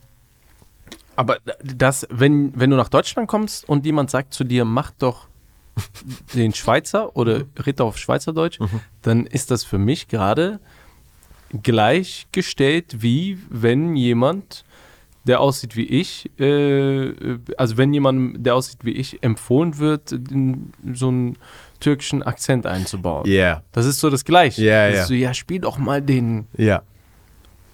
S2: aber das, wenn, wenn du nach Deutschland kommst und jemand sagt zu dir, mach doch den Schweizer oder red doch auf Schweizerdeutsch, dann ist das für mich gerade gleichgestellt wie wenn jemand, der aussieht wie ich, äh, also wenn jemand, der aussieht wie ich, empfohlen wird, den- so einen türkischen Akzent einzubauen.
S1: Ja,
S2: Das ist so das Gleiche.
S1: Ja,
S2: das
S1: ja.
S2: Ist so, ja, spiel doch mal den
S1: ja.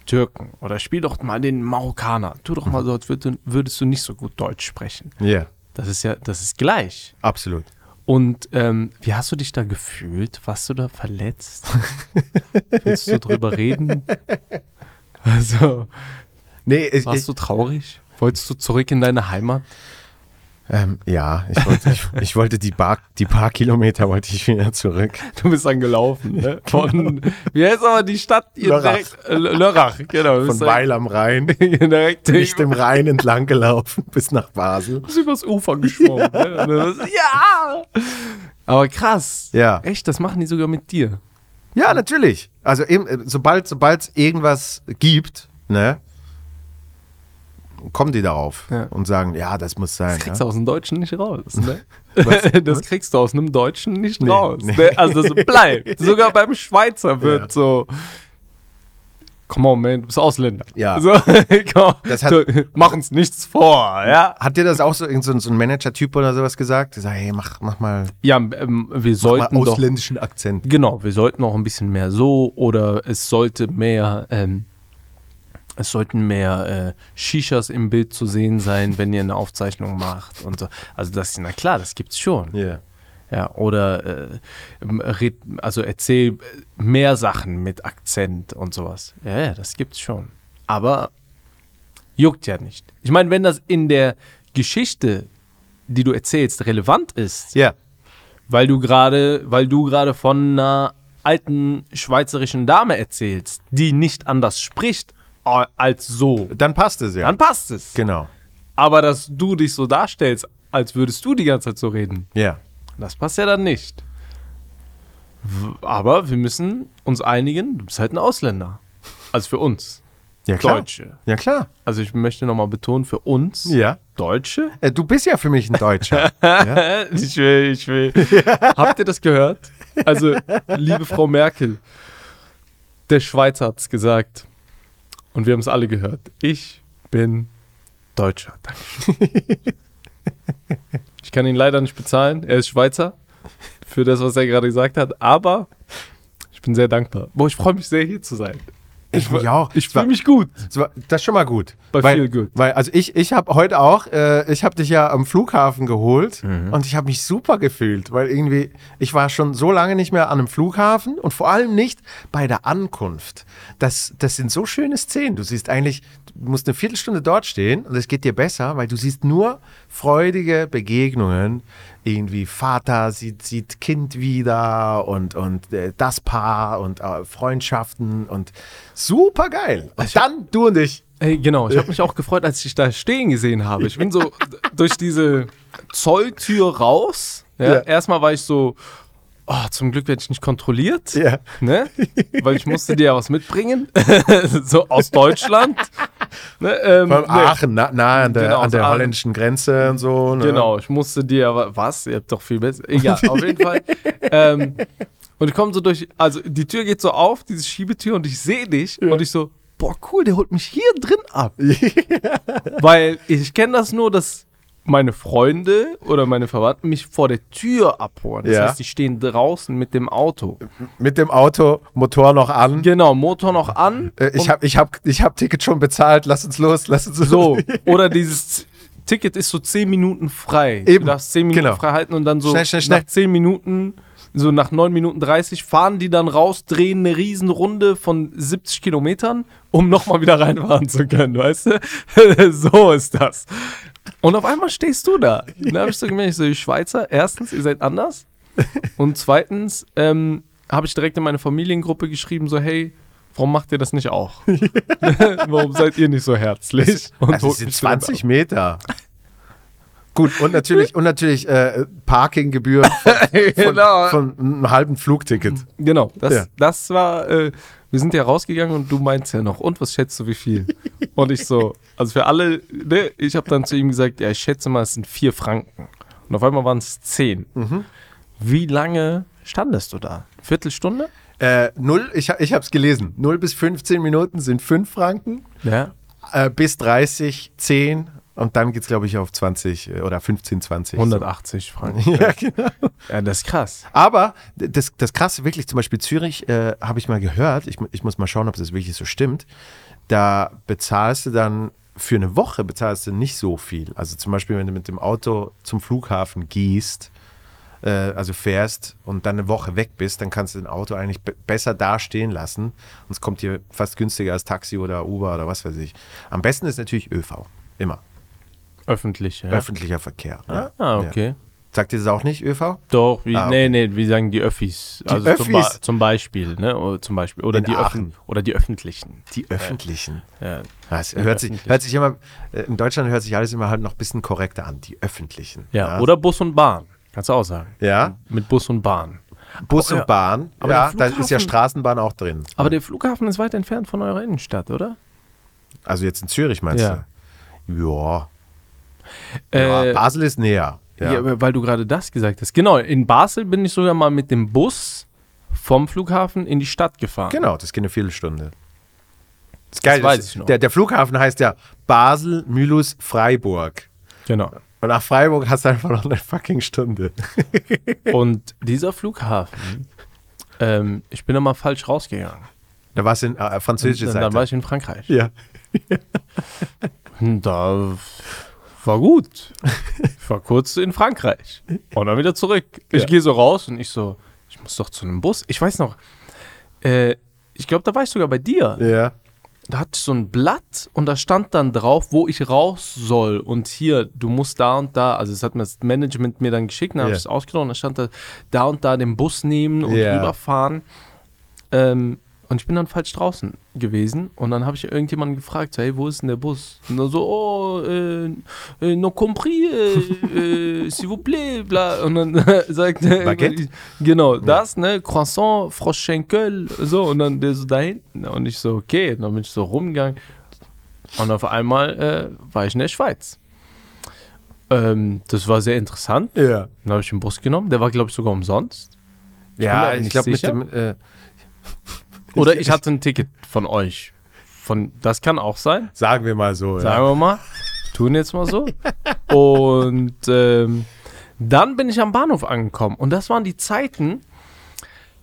S2: Türken oder spiel doch mal den Marokkaner. Tu doch mal so, als würd, würdest du nicht so gut Deutsch sprechen.
S1: Ja,
S2: Das ist ja, das ist gleich.
S1: absolut.
S2: Und ähm, wie hast du dich da gefühlt? Warst du da verletzt? Willst du drüber reden? Also,
S1: Nee, ich, ich,
S2: warst du traurig? Wolltest du zurück in deine Heimat?
S1: Ähm, ja, ich wollte, ich, ich wollte die, paar, die paar Kilometer wollte ich wieder zurück.
S2: Du bist dann gelaufen, ne? Von, wie heißt aber die Stadt? Ihr
S1: Lörrach.
S2: direkt- äh, Lörrach, genau. Du
S1: Von
S2: bist
S1: Weil am Rhein
S2: direkt, direkt
S1: bin ich dem Rhein entlang gelaufen bis nach Basel.
S2: bist übers Ufer geschwommen. Ja. Ne? Das- ja! Aber krass.
S1: Ja.
S2: Echt, das machen die sogar mit dir.
S1: Ja, natürlich. Also eben, äh, sobald sobald es irgendwas gibt, ne, kommen die darauf
S2: Ja.
S1: und sagen, ja, das muss sein.
S2: Das kriegst
S1: ja.
S2: du aus dem Deutschen nicht raus. Ne? Das kriegst du aus einem Deutschen nicht
S1: Nee,
S2: raus.
S1: nee.
S2: Ne? Also das bleibt. Sogar beim Schweizer wird
S1: Ja.
S2: so. come on, man, du bist Ausländer.
S1: Ja.
S2: So, komm,
S1: Das hat-
S2: so, mach uns nichts vor, ja.
S1: Hat dir das auch so, irgend so, so ein Manager-Typ oder sowas gesagt? Der sagt, hey, mach, mach mal,
S2: Ja, ähm, wir
S1: mach
S2: sollten
S1: mal
S2: doch,
S1: ausländischen Akzent.
S2: genau, wir sollten auch ein bisschen mehr so oder es sollte mehr, ähm, es sollten mehr äh, Shishas im Bild zu sehen sein, wenn ihr eine Aufzeichnung macht und so. Also das, na klar, das gibt's schon.
S1: Ja.
S2: Ja, oder äh, ähm, red, also erzähl mehr Sachen mit Akzent und sowas. Ja, ja, das gibt's schon. Aber juckt ja nicht. Ich meine, wenn das in der Geschichte, die du erzählst, relevant ist,
S1: Ja.
S2: weil du gerade, weil du gerade von einer alten schweizerischen Dame erzählst, die nicht anders spricht äh, als so,
S1: Dann passt es ja.
S2: dann passt es.
S1: Genau.
S2: Aber dass du dich so darstellst, als würdest du die ganze Zeit so reden,
S1: Ja.
S2: das passt ja dann nicht. W- Aber wir müssen uns einigen, du bist halt ein Ausländer. Also für uns.
S1: Ja, klar.
S2: Deutsche.
S1: Ja, klar.
S2: Also ich möchte nochmal betonen, für uns
S1: Ja.
S2: Deutsche.
S1: Äh, Du bist ja für mich ein Deutscher.
S2: Äh, Ich will, ich will. Habt ihr das gehört? Also, liebe Frau Merkel, der Schweizer hat's gesagt. Und wir haben es alle gehört. Ich bin Deutscher. Dankeschön. Ich kann ihn leider nicht bezahlen. Er ist Schweizer für das, was er gerade gesagt hat. Aber ich bin sehr dankbar. Boah, ich freue mich sehr, hier zu sein.
S1: Ich mich auch.
S2: Ich
S1: Es war-
S2: fühle mich gut.
S1: es war- Das ist schon mal gut.
S2: Bei
S1: weil,
S2: Feel Good.
S1: Weil, also ich, ich habe heute auch, äh, ich habe dich ja am Flughafen geholt und ich habe mich super gefühlt, weil irgendwie, ich war schon so lange nicht mehr an einem Flughafen und vor allem nicht bei der Ankunft. Das, das sind so schöne Szenen. Du siehst eigentlich, du musst eine Viertelstunde dort stehen und es geht dir besser, weil du siehst nur freudige Begegnungen. Irgendwie Vater sieht, sieht Kind wieder und, und äh, das Paar und äh, Freundschaften und super geil. Und dann du und ich.
S2: Ey, genau, ich habe mich auch gefreut, als ich dich da stehen gesehen habe. Ich bin so d- durch diese Zolltür raus. Ja,
S1: Ja.
S2: Erstmal war ich so, oh, zum Glück werde ich nicht kontrolliert,
S1: Ja.
S2: ne? weil ich musste dir ja was mitbringen, so aus Deutschland. Ne? Ähm,
S1: Vor allem
S2: nee.
S1: Aachen, na, nah an der,
S2: Genau,
S1: an der
S2: aus Aachen.
S1: holländischen Grenze und so. Ne?
S2: Genau, ich musste dir aber. Was? Ihr habt doch viel besser. Egal, auf jeden Fall. Ähm, und ich komme so durch, also die Tür geht so auf, diese Schiebetür, und ich sehe dich und ich so, boah, cool, der holt mich hier drin ab. Weil ich kenne das nur, dass meine Freunde oder meine Verwandten mich vor der Tür abholen. Das
S1: Ja.
S2: heißt, die stehen draußen mit dem Auto.
S1: Mit dem Auto, Motor noch an.
S2: Genau, Motor noch an.
S1: Äh, Ich habe ich hab, ich hab Ticket schon bezahlt, lass uns los, lass uns
S2: So,
S1: los.
S2: oder dieses Z- Ticket ist so 10 Minuten frei. Du
S1: Eben,
S2: darfst 10 Minuten
S1: genau.
S2: frei halten und dann so
S1: Schnell, schnell, schnell.
S2: nach 10 Minuten, so nach 9 Minuten 30, fahren die dann raus, drehen eine Riesenrunde von 70 Kilometern, um nochmal wieder reinfahren zu können, weißt du? so ist das. Und auf einmal stehst du da. Und Da habe ich so gemerkt, ich so, die Schweizer, erstens, ihr seid anders. Und zweitens ähm, habe ich direkt in meine Familiengruppe geschrieben, so, hey, warum macht ihr das nicht auch? warum seid ihr nicht so herzlich? Und
S1: Also
S2: holt
S1: es sind
S2: mich wieder
S1: 20 Meter. Gut, und natürlich, und natürlich äh, Parkinggebühren von,
S2: ab. genau.
S1: von einem halben Flugticket.
S2: genau, das,
S1: Ja.
S2: das war, äh, wir sind ja rausgegangen und du meinst ja noch, und was schätzt du, wie viel? Und ich so, also für alle, ne, ich habe dann zu ihm gesagt, ja, ich schätze mal, es sind vier Franken. Und auf einmal waren es zehn. Wie lange standest du da? Viertelstunde?
S1: Äh, null, ich, ha- ich habe es gelesen, 0 bis 15 Minuten sind 5 Franken,
S2: Ja.
S1: äh, bis 30 10 und dann geht's glaube ich, auf 20 äh, oder 15, 20.
S2: 180 Franken.
S1: So. Ja, genau.
S2: Ja, das ist krass.
S1: Aber das, das Krasse wirklich, zum Beispiel Zürich, äh, habe ich mal gehört, ich, mu- ich muss mal schauen, ob das wirklich so stimmt, da bezahlst du dann für eine Woche bezahlst du nicht so viel. Also zum Beispiel, wenn du mit dem Auto zum Flughafen gehst, äh, also fährst und dann eine Woche weg bist, dann kannst du dein Auto eigentlich be besser dastehen lassen. Und es kommt dir fast günstiger als Taxi oder Uber oder was weiß ich. Am besten ist natürlich ÖV. Immer.
S2: Öffentlich, ja.
S1: Öffentlicher Verkehr. ne?
S2: ah, okay.
S1: Ja. Sagt ihr das auch nicht, ÖV?
S2: Doch, wie,
S1: Ah, okay.
S2: nee, nee, wir sagen die Öffis. also Zum,
S1: Öffis?
S2: Ba- zum Beispiel, ne? Oder, zum Beispiel. Oder,
S1: In
S2: die
S1: Aachen.
S2: Öffn oder die öffentlichen.
S1: Die öffentlichen.
S2: Ja.
S1: Ja, es hört, sich,
S2: öffentlich.
S1: hört sich immer, äh, in Deutschland hört sich alles immer halt noch ein bisschen korrekter an, die öffentlichen.
S2: Ja, oder Bus und Bahn. Kannst du auch sagen.
S1: Ja,
S2: Mit Bus und Bahn.
S1: Bus
S2: Oh, ja.
S1: und Bahn.
S2: Aber
S1: ja,
S2: der
S1: da ist ja
S2: Flughafen-
S1: Straßenbahn auch drin.
S2: Aber der Flughafen ist weit entfernt von eurer Innenstadt, oder?
S1: Also jetzt in Zürich meinst
S2: Ja.
S1: du? Ja. ja.
S2: Äh,
S1: Basel ist näher. Ja.
S2: ja. aber weil du gerade das gesagt hast. Genau, in Basel bin ich sogar mal mit dem Bus vom Flughafen in die Stadt gefahren.
S1: genau, das geht eine Viertelstunde. Ist geil,
S2: Das weiß
S1: das-
S2: ich noch.
S1: Der, der Flughafen heißt ja Basel, Mülus, Freiburg.
S2: Genau.
S1: Und nach Freiburg hast du einfach noch eine fucking Stunde.
S2: Und dieser Flughafen, ähm, ich bin da mal falsch rausgegangen.
S1: Da warst du in äh, französische
S2: Dann,
S1: Seite.
S2: dann war ich in Frankreich.
S1: ja.
S2: Hm, Da war gut. Ich war kurz in Frankreich und dann wieder zurück. Ich
S1: Ja.
S2: gehe so raus und ich so, ich muss doch zu einem Bus. Ich weiß noch, äh, ich glaube, da war ich sogar bei dir.
S1: Ja.
S2: Da hatte ich so ein Blatt und da stand dann drauf, wo ich raus soll. Und hier, du musst da und da, also das hat mir das Management mir dann geschickt, dann habe
S1: Ja.
S2: ich es ausgenommen, da stand da, da und da den Bus nehmen und
S1: Ja.
S2: rüberfahren. Ähm, und ich bin dann falsch draußen gewesen und dann habe ich irgendjemanden gefragt, so, hey, wo ist denn der Bus? Und dann so, oh, äh, äh, no compris, äh, äh, s'il vous plaît, bla. Und dann sagt er,
S1: Baguette?
S2: genau, das, ne, Croissant, Froschenkel, so. Und dann der so da hinten und ich so, okay. Und dann bin ich so rumgegangen und auf einmal äh, war ich in der Schweiz. Ähm, das war sehr interessant.
S1: Ja.
S2: Dann habe ich den Bus genommen, der war, glaube ich, sogar umsonst.
S1: Ja,
S2: bin mir
S1: ich glaube mit
S2: nicht
S1: dem. Äh,
S2: Oder ich hatte ein Ticket von euch. Von, das kann auch sein.
S1: sagen wir mal so.
S2: Sagen
S1: ja.
S2: wir mal. Tun jetzt mal so. Und ähm, dann bin ich am Bahnhof angekommen. Und das waren die Zeiten,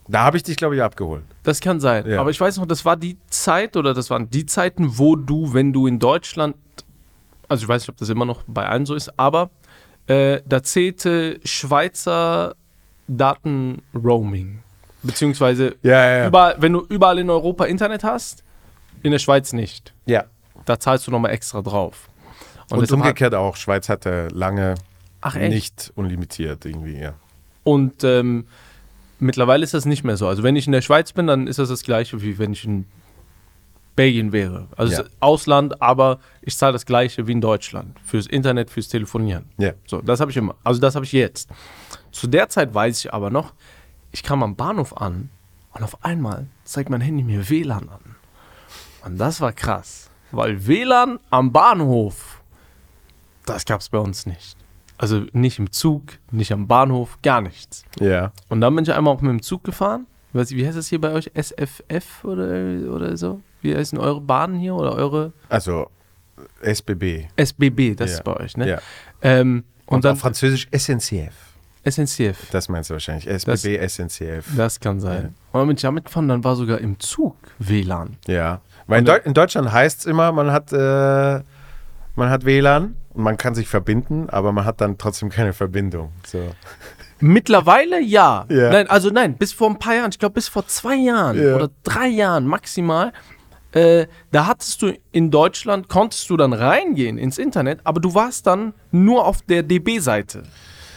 S1: Da habe ich dich, glaube ich, abgeholt.
S2: das kann sein.
S1: Ja.
S2: Aber ich weiß noch, das war die Zeit oder das waren die Zeiten, wo du, wenn du in Deutschland, also ich weiß nicht, ob das immer noch bei allen so ist, aber äh, da zählte Schweizer Datenroaming. Beziehungsweise
S1: Ja, ja, ja.
S2: überall, wenn du überall in Europa Internet hast, in der Schweiz nicht.
S1: ja.
S2: Da zahlst du nochmal extra drauf.
S1: Und,
S2: deshalb hat-
S1: umgekehrt auch. Schweiz hatte lange
S2: Ach, echt?
S1: nicht unlimitiert irgendwie. Ja.
S2: Und ähm, mittlerweile ist das nicht mehr so. Also wenn ich in der Schweiz bin, dann ist das das gleiche, wie wenn ich in Belgien wäre. Also
S1: Ja.
S2: es ist Ausland, aber ich zahle das gleiche wie in Deutschland. Fürs Internet, fürs Telefonieren.
S1: Ja.
S2: So, das habe ich immer. Also das habe ich jetzt. Zu der Zeit weiß ich aber noch, ich kam am Bahnhof an und auf einmal zeigt mein Handy mir WLAN an. Und das war krass, weil WLAN am Bahnhof, das gab es bei uns nicht. Also nicht im Zug, nicht am Bahnhof, gar nichts.
S1: ja.
S2: Und dann bin ich einmal auch mit dem Zug gefahren. Weiß ich, wie heißt das hier bei euch? SFF oder, oder so? Wie heißen eure Bahnen hier oder eure
S1: Also SBB.
S2: SBB? Das
S1: Ja.
S2: ist bei euch, ne?
S1: Ja.
S2: Ähm, und,
S1: Und
S2: dann
S1: auf Französisch SNCF.
S2: SNCF.
S1: Das meinst du wahrscheinlich.
S2: Das-
S1: SBB, SNCF.
S2: Das kann sein. Und dann bin ich damit gefahren, dann war sogar im Zug WLAN.
S1: Ja. Weil in, Deu in Deutschland heißt es immer, man hat, äh, man hat WLAN und man kann sich verbinden, aber man hat dann trotzdem keine Verbindung. So.
S2: Mittlerweile ja.
S1: Ja.
S2: Nein, also nein, bis vor ein paar Jahren, ich glaube bis vor zwei Jahren
S1: Ja.
S2: oder drei Jahren maximal, äh, da hattest du in Deutschland, konntest du dann reingehen ins Internet, aber du warst dann nur auf der DB-Seite.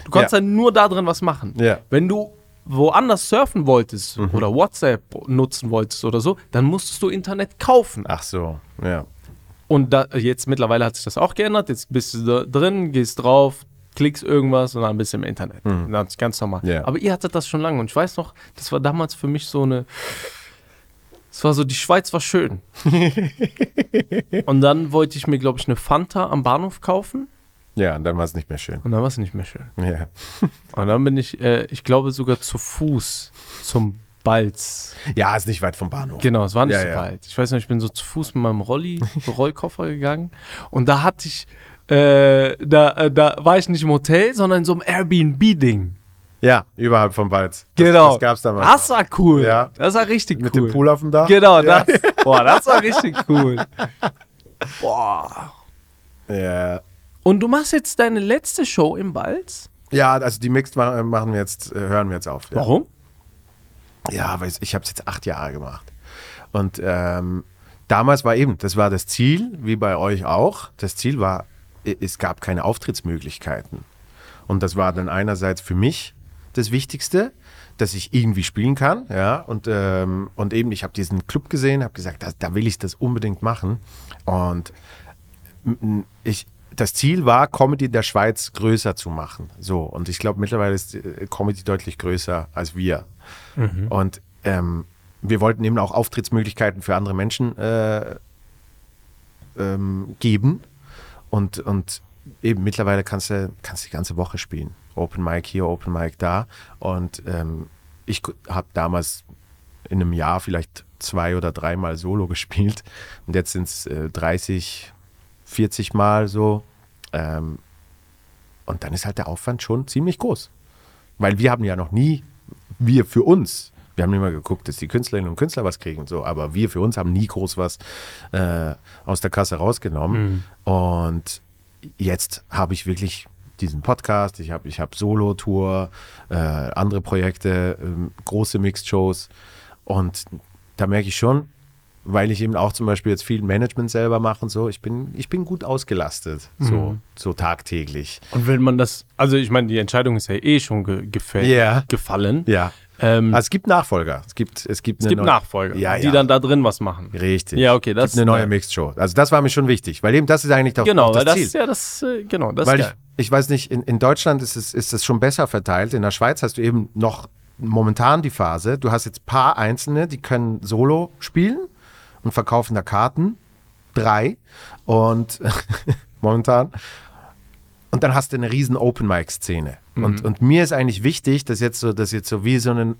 S2: Du konntest
S1: Ja.
S2: dann nur da drin was machen.
S1: Ja.
S2: Wenn du woanders surfen wolltest oder WhatsApp nutzen wolltest oder so, dann musstest du Internet kaufen.
S1: Ach so, ja.
S2: Und da, jetzt mittlerweile hat sich das auch geändert. Jetzt bist du da drin, gehst drauf, klickst irgendwas und dann bist du im Internet. Das ist ganz normal.
S1: Ja.
S2: Aber ihr hattet das schon lange und ich weiß noch, das war damals für mich so eine. Es war so, die Schweiz war schön. und dann wollte ich mir, glaube ich, eine Fanta am Bahnhof kaufen
S1: Ja, und dann war es nicht mehr schön.
S2: und dann war es nicht mehr schön.
S1: Ja.
S2: Und dann bin ich, äh, ich glaube, sogar zu Fuß zum Balz.
S1: ja, ist nicht weit vom Bahnhof.
S2: Genau, es war nicht
S1: Ja,
S2: so
S1: ja.
S2: weit. Ich weiß noch, ich bin so zu Fuß mit meinem Rolli, Rollkoffer gegangen und da hatte ich, äh, da, äh, da war ich nicht im Hotel, sondern in so einem Airbnb-Ding.
S1: Ja, überhalb vom Balz. Das, das gab's damals.
S2: Das war cool.
S1: Ja.
S2: Das war richtig
S1: Mit
S2: Genau. cool.
S1: dem Pool auf dem Dach?
S2: Genau,
S1: ja.
S2: das. Boah, das war richtig cool. Boah.
S1: Ja.
S2: Und du machst jetzt deine letzte Show im Balz?
S1: ja, also die Mixed ma- machen wir jetzt, äh, hören wir jetzt auf. Ja.
S2: Warum?
S1: Ja, weil ich habe es jetzt acht Jahre gemacht. Und ähm, damals war eben, das war das Ziel, wie bei euch auch. Das Ziel war, e- es gab keine Auftrittsmöglichkeiten. Und das war dann einerseits für mich das Wichtigste, dass ich irgendwie spielen kann. Ja, und, ähm, und eben, ich habe diesen Club gesehen, habe gesagt, da, da will ich das unbedingt machen. Und ich, das Ziel war, Comedy in der Schweiz größer zu machen. So, und ich glaube, mittlerweile ist äh, Comedy deutlich größer als wir. Und ähm, wir wollten eben auch Auftrittsmöglichkeiten für andere Menschen äh, ähm, geben. Und, und eben mittlerweile kannst du, kannst du die ganze Woche spielen. Open Mic hier, Open Mic da. Und ähm, ich habe damals in einem Jahr vielleicht zwei oder dreimal solo gespielt. Und jetzt sind es äh, 30, 40 Mal so. Ähm, und dann ist halt der Aufwand schon ziemlich groß. Weil wir haben ja noch nie, wir für uns, wir haben immer geguckt, dass die Künstlerinnen und Künstler was kriegen, und so, aber wir für uns haben nie groß was äh, aus der Kasse rausgenommen. Und jetzt habe ich wirklich diesen Podcast, ich habe ich hab Solo-Tour, äh, andere Projekte, ähm, große Mixed-Shows. Und da merke ich schon, weil ich eben auch zum Beispiel jetzt viel Management selber mache und so, ich bin, ich bin gut ausgelastet, so, so tagtäglich.
S2: Und wenn man das, also ich meine, die Entscheidung ist ja eh schon ge gefällt,
S1: Ja.
S2: gefallen.
S1: Ja.
S2: Ähm,
S1: Also es gibt Nachfolger. Es gibt, es gibt,
S2: es gibt Nachfolger,
S1: Ja,
S2: die
S1: ja.
S2: dann da drin was machen.
S1: Richtig.
S2: Ja, okay, das
S1: gibt eine neue Mixed-Show. Also das war mir schon wichtig, weil eben das ist eigentlich doch
S2: Genau,
S1: doch
S2: weil
S1: das
S2: das
S1: Ziel.
S2: ist ja das, äh, genau, das
S1: weil
S2: ist
S1: ich,
S2: geil.
S1: ich weiß nicht, in, in Deutschland ist es, ist es schon besser verteilt. In der Schweiz hast du eben noch momentan die Phase, du hast jetzt ein paar Einzelne, die können solo spielen und verkaufen da Karten. Drei. Und momentan. Und dann hast du eine riesen Open-Mic-Szene. Und, und mir ist eigentlich wichtig, dass jetzt so, dass jetzt so wie so eine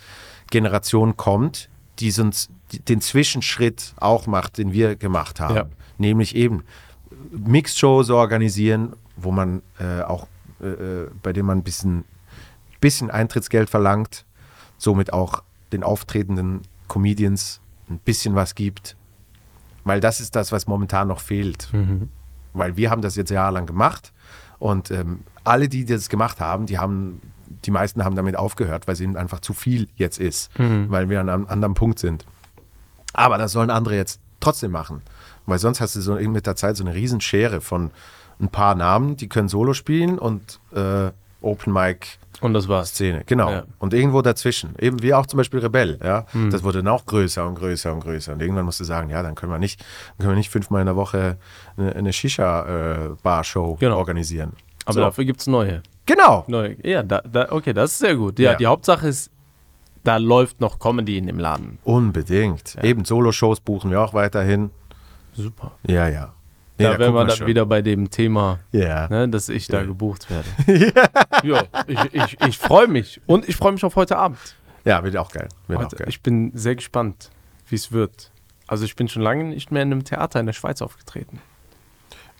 S1: Nachfolgegeneration kommt, die so ein, die, den Zwischenschritt auch macht, den wir gemacht haben.
S2: Ja.
S1: Nämlich eben Mixed-Shows organisieren, wo man äh, auch, äh, äh, bei dem man ein bisschen, bisschen Eintrittsgeld verlangt, somit auch den auftretenden Comedians ein bisschen was gibt. Weil das ist das, was momentan noch fehlt. Weil wir haben das jetzt jahrelang gemacht und ähm, alle, die das gemacht haben, die haben, die meisten haben damit aufgehört, weil es ihnen einfach zu viel jetzt ist, weil wir an einem anderen Punkt sind. Aber das sollen andere jetzt trotzdem machen. Weil sonst hast du so eben mit der Zeit so eine Riesenschere von ein paar Namen, die können Solo spielen und äh, Open Mic
S2: Und das war's.
S1: Szene, genau.
S2: Ja. Hm.
S1: Und irgendwo dazwischen. Eben wie auch zum Beispiel Rebell, ja. Das wurde dann auch größer und größer und größer. Und irgendwann musste sagen, ja, dann können wir nicht, dann können wir nicht fünfmal in der Woche eine, eine Shisha-Bar-Show
S2: Genau.
S1: organisieren.
S2: Aber
S1: So.
S2: dafür gibt's neue.
S1: Genau.
S2: Neue. Ja, da, da, okay, das ist sehr gut. Ja,
S1: Ja.
S2: die Hauptsache ist, da läuft noch Comedy in dem Laden.
S1: Unbedingt. Eben Solo-Shows buchen wir auch weiterhin.
S2: Super.
S1: Ja, ja. Nee,
S2: Da wären
S1: gucken
S2: wir dann
S1: schon.
S2: wieder bei dem Thema,
S1: Ja.
S2: ne, dass ich da gebucht werde. ja, ich, ich, ich freue mich. Und ich freue mich auf heute Abend.
S1: Ja, wird auch geil. Wird auch
S2: Heute,
S1: geil.
S2: ich bin sehr gespannt, wie es wird. Also ich bin schon lange nicht mehr in einem Theater in der Schweiz aufgetreten.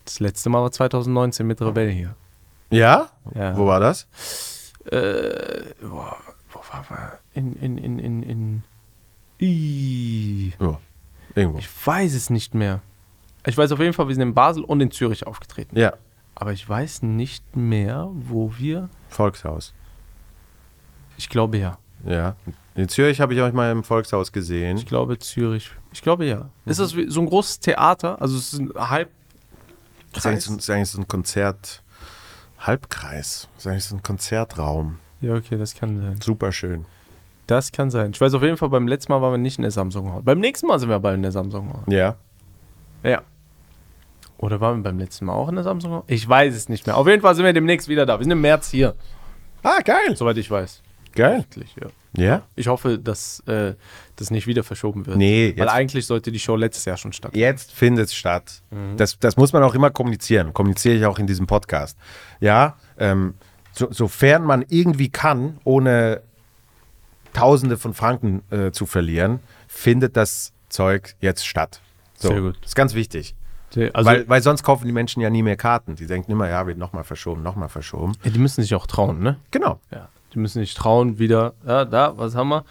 S2: Das letzte Mal war 2019 mit Rebell hier.
S1: Ja?
S2: Ja.
S1: Wo war das?
S2: Boah, wo war wir? In, in, in, in, in. Ih.
S1: Ja. Irgendwo.
S2: Ich weiß es nicht mehr. Ich weiß auf jeden Fall, wir sind in Basel und in Zürich aufgetreten.
S1: Ja.
S2: Aber ich weiß nicht mehr, wo wir.
S1: Volkshaus.
S2: Ich glaube ja.
S1: Ja. In Zürich habe ich euch mal im Volkshaus gesehen.
S2: Ich glaube Zürich. Ich glaube ja. Ist das wie- so ein großes Theater? Also es ist ein halb.
S1: Das ist eigentlich so ein- das ist eigentlich so ein Konzert. Halbkreis. Das ist eigentlich so ein Konzertraum.
S2: Ja, okay, das kann sein.
S1: Super schön.
S2: Das kann sein. Ich weiß auf jeden Fall, beim letzten Mal waren wir nicht in der Samsung Hall. Beim nächsten Mal sind wir bei in der Samsung Hall.
S1: Ja.
S2: Ja. Oder waren wir beim letzten Mal auch in der Samsung Hall? Ich weiß es nicht mehr. Auf jeden Fall sind wir demnächst wieder da. Wir sind im März hier,
S1: Ah, geil.
S2: soweit ich weiß.
S1: Geil.
S2: Wirklich, ja.
S1: Ja.
S2: Ich hoffe, dass äh, das nicht wieder verschoben wird.
S1: Nee,
S2: Weil
S1: jetzt-
S2: eigentlich sollte die Show letztes Jahr schon stattfinden.
S1: Jetzt findet es statt.
S2: Mhm.
S1: Das, das muss man auch immer kommunizieren. Kommuniziere ich auch in diesem Podcast. Ja. Ähm, so, sofern man irgendwie kann, ohne Tausende von Franken äh, zu verlieren, findet das Zeug jetzt statt. So.
S2: Sehr gut.
S1: Das ist ganz wichtig.
S2: Also,
S1: weil, weil sonst kaufen die Menschen ja nie mehr Karten. Die denken immer, ja, wird nochmal verschoben, nochmal verschoben.
S2: ja, die müssen sich auch trauen, ne?
S1: Genau.
S2: Ja. Die müssen sich trauen, wieder, ja, da, was haben wir?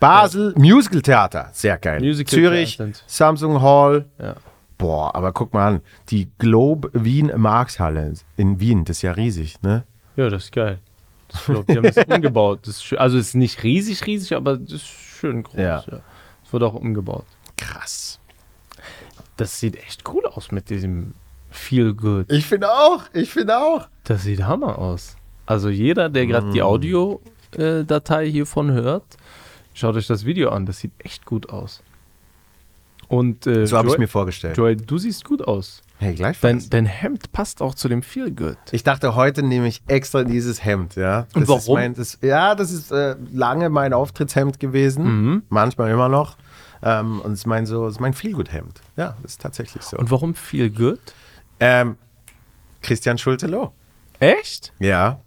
S1: Basel, Musical Theater, sehr geil.
S2: Musical
S1: Zürich,
S2: Theater.
S1: Samsung Hall.
S2: Ja.
S1: Boah, aber guck mal an, die Globe Wien Markshalle in Wien, das ist ja riesig, ne?
S2: Ja, das ist geil. Ich glaube, die haben das umgebaut. Das ist schön. Also es ist nicht riesig, riesig, aber das ist schön groß.
S1: Ja.
S2: Ja. Es wurde auch umgebaut.
S1: Krass.
S2: Das sieht echt cool aus mit diesem Feel Good.
S1: Ich finde auch, ich finde auch.
S2: Das sieht Hammer aus. Also jeder, der gerade
S1: Mm.
S2: die Audiodatei hiervon hört, schaut euch das Video an. Das sieht echt gut aus. Und äh,
S1: So habe ich
S2: Joel,
S1: mir vorgestellt.
S2: Joel, du siehst gut aus.
S1: Hey, gleich.
S2: Dein, dein Hemd passt auch zu dem Feel Good.
S1: Ich dachte, heute nehme ich extra dieses Hemd, ja. Das
S2: Und
S1: Ist
S2: warum?
S1: mein, das, ja, das ist äh, lange mein Auftrittshemd gewesen,
S2: Mhm.
S1: manchmal immer noch. Ähm, und es ist mein so, es ist mein Feelgood-Hemd. Ja, das ist tatsächlich so.
S2: Und warum Feel Good?
S1: ähm, Christian Schulze-Loh.
S2: Echt?
S1: Ja.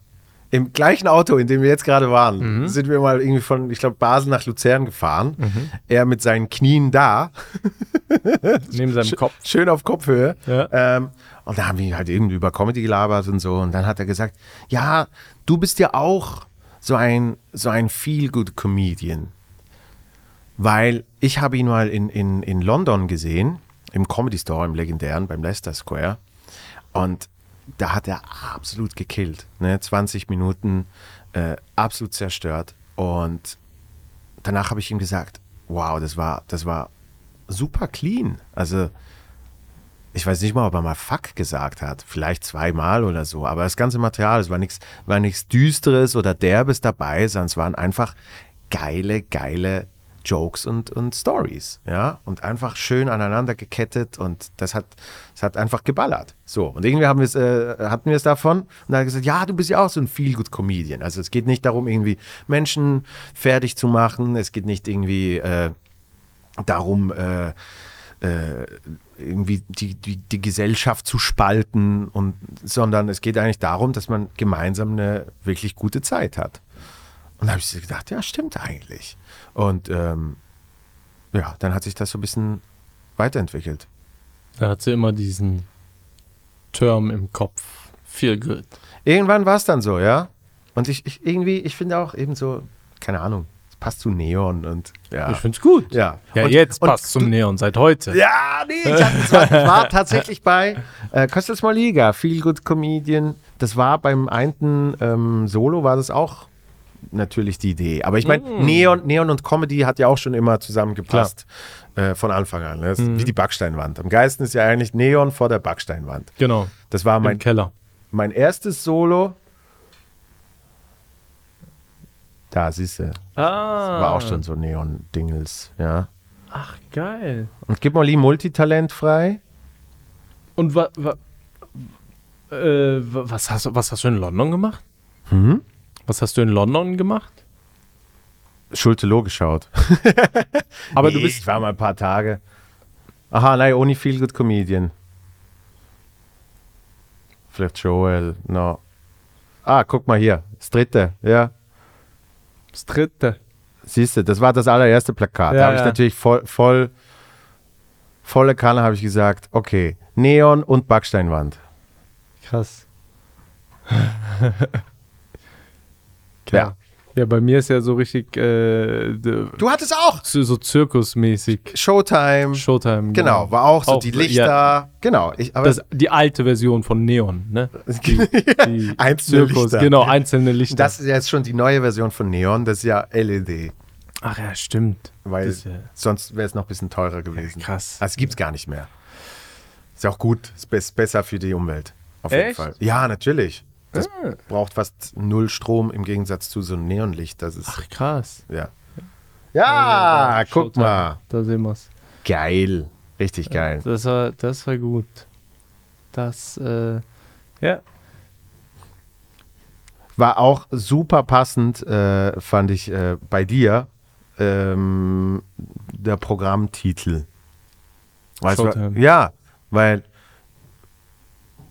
S1: Im gleichen Auto, in dem wir jetzt gerade waren, sind wir mal irgendwie von, ich glaube, Basel nach Luzern gefahren. Er mit seinen Knien da,
S2: Neben seinem Kopf.
S1: schön auf Kopfhöhe.
S2: Ja.
S1: Ähm, und da haben wir halt irgendwie über Comedy gelabert und so. Und dann hat er gesagt, ja, du bist ja auch so ein, so ein Feel-Good-Comedian. Weil ich habe ihn mal in, in, in London gesehen, im Comedy Store, im legendären, beim Leicester Square. Und da hat er absolut gekillt. Ne? 20 Minuten, äh, absolut zerstört. Und danach habe ich ihm gesagt, wow, das war, das war super clean. Also ich weiß nicht mal, ob er mal Fuck gesagt hat. Vielleicht zweimal oder so. Aber das ganze Material, es war nichts war nix Düsteres oder Derbes dabei, sondern es waren einfach geile, geile Jokes und, und Stories. Ja? Und einfach schön aneinander gekettet und das hat, das hat einfach geballert. So. Und irgendwie haben wir's, äh, hatten wir es davon und dann hat er gesagt: Ja, du bist ja auch so ein Feel-Good-Comedian. Also es geht nicht darum, irgendwie Menschen fertig zu machen. Es geht nicht irgendwie. Äh, darum, äh, äh, irgendwie die, die, die Gesellschaft zu spalten, und, sondern es geht eigentlich darum, dass man gemeinsam eine wirklich gute Zeit hat. Und da habe ich so gedacht, ja, stimmt eigentlich. Und ähm, ja, dann hat sich das so ein bisschen weiterentwickelt.
S2: Da hat sie immer diesen Term im Kopf. Feel good.
S1: Irgendwann war es dann so, ja. Und ich, ich irgendwie, ich finde auch eben so, keine Ahnung, es passt zu Neon und ja.
S2: Ich find's gut.
S1: Ja.
S2: Ja,
S1: Und-
S2: jetzt
S1: und
S2: passt zum Neon seit heute.
S1: Ja, nee, ich, hab, das war, das war tatsächlich bei äh, Kostas Maliga, Feel Good Comedian. Das war beim einen ähm, Solo, war das auch natürlich die Idee. Aber ich meine, Neon, Neon und Comedy hat ja auch schon immer zusammengepasst. Äh, von Anfang an. Ne? Das ist Wie die Backsteinwand. Am geilsten ist ja eigentlich Neon vor der Backsteinwand.
S2: Genau.
S1: Das war
S2: Mein
S1: mein,
S2: Keller.
S1: mein erstes Solo. Da, siehst du.
S2: Ah.
S1: War auch schon so Neon-Dingels. Ja.
S2: Ach, geil.
S1: Und gib mal Lee Multitalent frei.
S2: Und wa, wa, äh, wa- was, hast, du- was hast du in London gemacht? Hm?
S1: Mhm.
S2: Was hast du in London gemacht?
S1: Schulte Loh geschaut.
S2: Aber du
S1: Nee,
S2: bist.
S1: Ich war mal ein paar Tage. Aha, nein, ohne viel Good Comedian. Vielleicht Joel, no. Ah, guck mal hier. Das dritte, ja.
S2: Das dritte.
S1: Siehst du, das war das allererste Plakat.
S2: Ja,
S1: da habe ich
S2: ja.
S1: natürlich voll, voll volle Kanne habe ich gesagt, okay, Neon und Backsteinwand.
S2: Krass.
S1: Ja.
S2: Ja, bei mir ist ja so richtig äh, d-
S1: Du hattest auch
S2: so so zirkusmäßig.
S1: Showtime.
S2: Showtime.
S1: Genau, war auch so
S2: Auch,
S1: die
S2: ja.
S1: Lichter. Genau, ich, aber
S2: Das, die alte Version von Neon, ne? Die, die
S1: Einzelne Lichter.
S2: Genau, einzelne Lichter.
S1: das ist jetzt schon die neue Version von Neon, das ist ja LED.
S2: Ach ja, stimmt.
S1: Weil
S2: Das ist ja-
S1: sonst wäre es noch ein bisschen teurer gewesen.
S2: krass.
S1: Also gibt es gar nicht mehr. Ist ja auch gut, ist bes- besser für die Umwelt. Auf jeden
S2: Echt? Ah.
S1: Fall. Ja, natürlich. Das braucht fast null Strom im Gegensatz zu so einem Neonlicht. Das ist,
S2: Ach, krass.
S1: ja. Ja, guck
S2: Showtime.
S1: mal.
S2: Da sehen wir's.
S1: Geil. Richtig geil.
S2: Das war, das war gut. Das, äh, ja.
S1: War auch super passend, äh, fand ich äh, bei dir, ähm, der Programmtitel. Weißt du,
S2: Showtime.
S1: ja, weil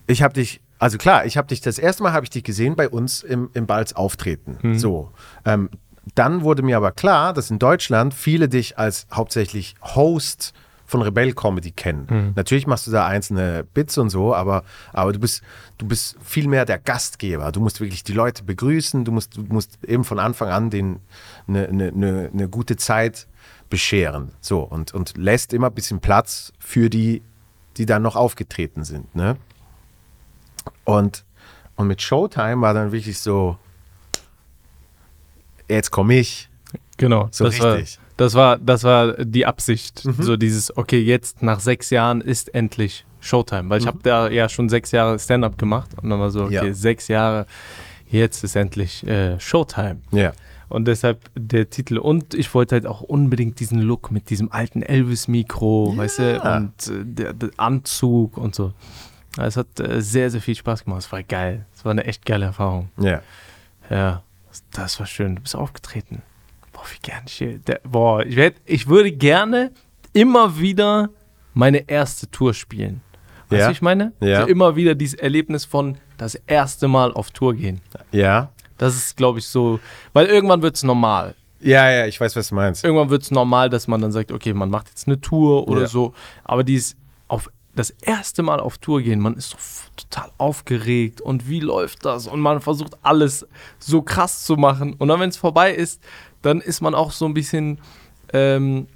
S1: ich habe dich, also klar, ich habe dich das erste Mal habe ich dich gesehen bei uns im, im Balz auftreten. So. Ähm, dann wurde mir aber klar, dass in Deutschland viele dich als hauptsächlich Host von Rebell Comedy kennen. Natürlich machst du da einzelne Bits und so, aber, aber du bist du bist viel mehr der Gastgeber. Du musst wirklich die Leute begrüßen, du musst, du musst eben von Anfang an den eine ne, ne, ne gute Zeit bescheren. So, und, und lässt immer ein bisschen Platz für die, die dann noch aufgetreten sind. Ne? Und, und mit Showtime war dann wirklich so, jetzt komme ich.
S2: Genau,
S1: So
S2: das
S1: richtig.
S2: War, das, war, das war die Absicht. So dieses, okay, jetzt nach sechs Jahren ist endlich Showtime. Weil ich habe da ja schon sechs Jahre Stand-up gemacht und dann war so, okay,
S1: Ja.
S2: sechs Jahre, jetzt ist endlich äh, Showtime.
S1: Ja.
S2: Und deshalb der Titel. Und ich wollte halt auch unbedingt diesen Look mit diesem alten Elvis-Mikro, weißt du, und äh, der, der Anzug und so. Ja, Es hat äh, sehr, sehr viel Spaß gemacht. Es war geil. Es war eine echt geile Erfahrung.
S1: Ja.
S2: Ja, das war schön. Du bist aufgetreten. Boah, wie gern ich hier. Der, boah, ich, werd, ich würde gerne immer wieder meine erste Tour spielen. Weißt
S1: Ja.
S2: du, wie ich meine?
S1: Ja.
S2: Also immer wieder dieses Erlebnis von das erste Mal auf Tour gehen.
S1: Ja.
S2: Das ist, glaube ich, so, weil irgendwann wird es normal.
S1: Ja, ja, ich weiß, was du meinst.
S2: Irgendwann wird es normal, dass man dann sagt, okay, man macht jetzt eine Tour oder
S1: Ja.
S2: so. Aber dies auf das erste Mal auf Tour gehen, man ist so f- total aufgeregt und wie läuft das? Und man versucht alles so krass zu machen. Und dann, wenn es vorbei ist, dann ist man auch so ein bisschen, ähm,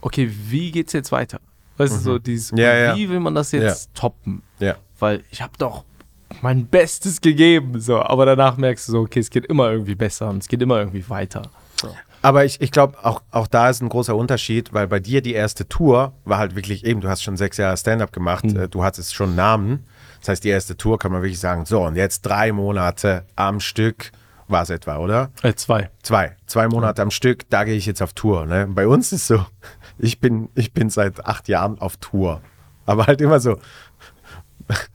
S2: okay, wie geht's jetzt weiter? Weißt du, so dieses,
S1: Mhm. Ja, ja.
S2: wie will man das jetzt toppen?
S1: Ja.
S2: weil ich habe doch mein Bestes gegeben. So, aber danach merkst du so, okay, es geht immer irgendwie besser und es geht immer irgendwie weiter. So.
S1: Aber ich, ich glaube, auch, auch da ist ein großer Unterschied, weil bei dir die erste Tour war halt wirklich eben, du hast schon sechs Jahre Stand-up gemacht, äh, du hattest schon einen Namen. Das heißt, die erste Tour kann man wirklich sagen, so und jetzt drei Monate am Stück war es etwa, oder?
S2: Äh, zwei.
S1: Zwei. Zwei Monate am Stück, da gehe ich jetzt auf Tour. Ne? Bei uns ist so, ich bin, ich bin seit acht Jahren auf Tour. Aber halt immer so,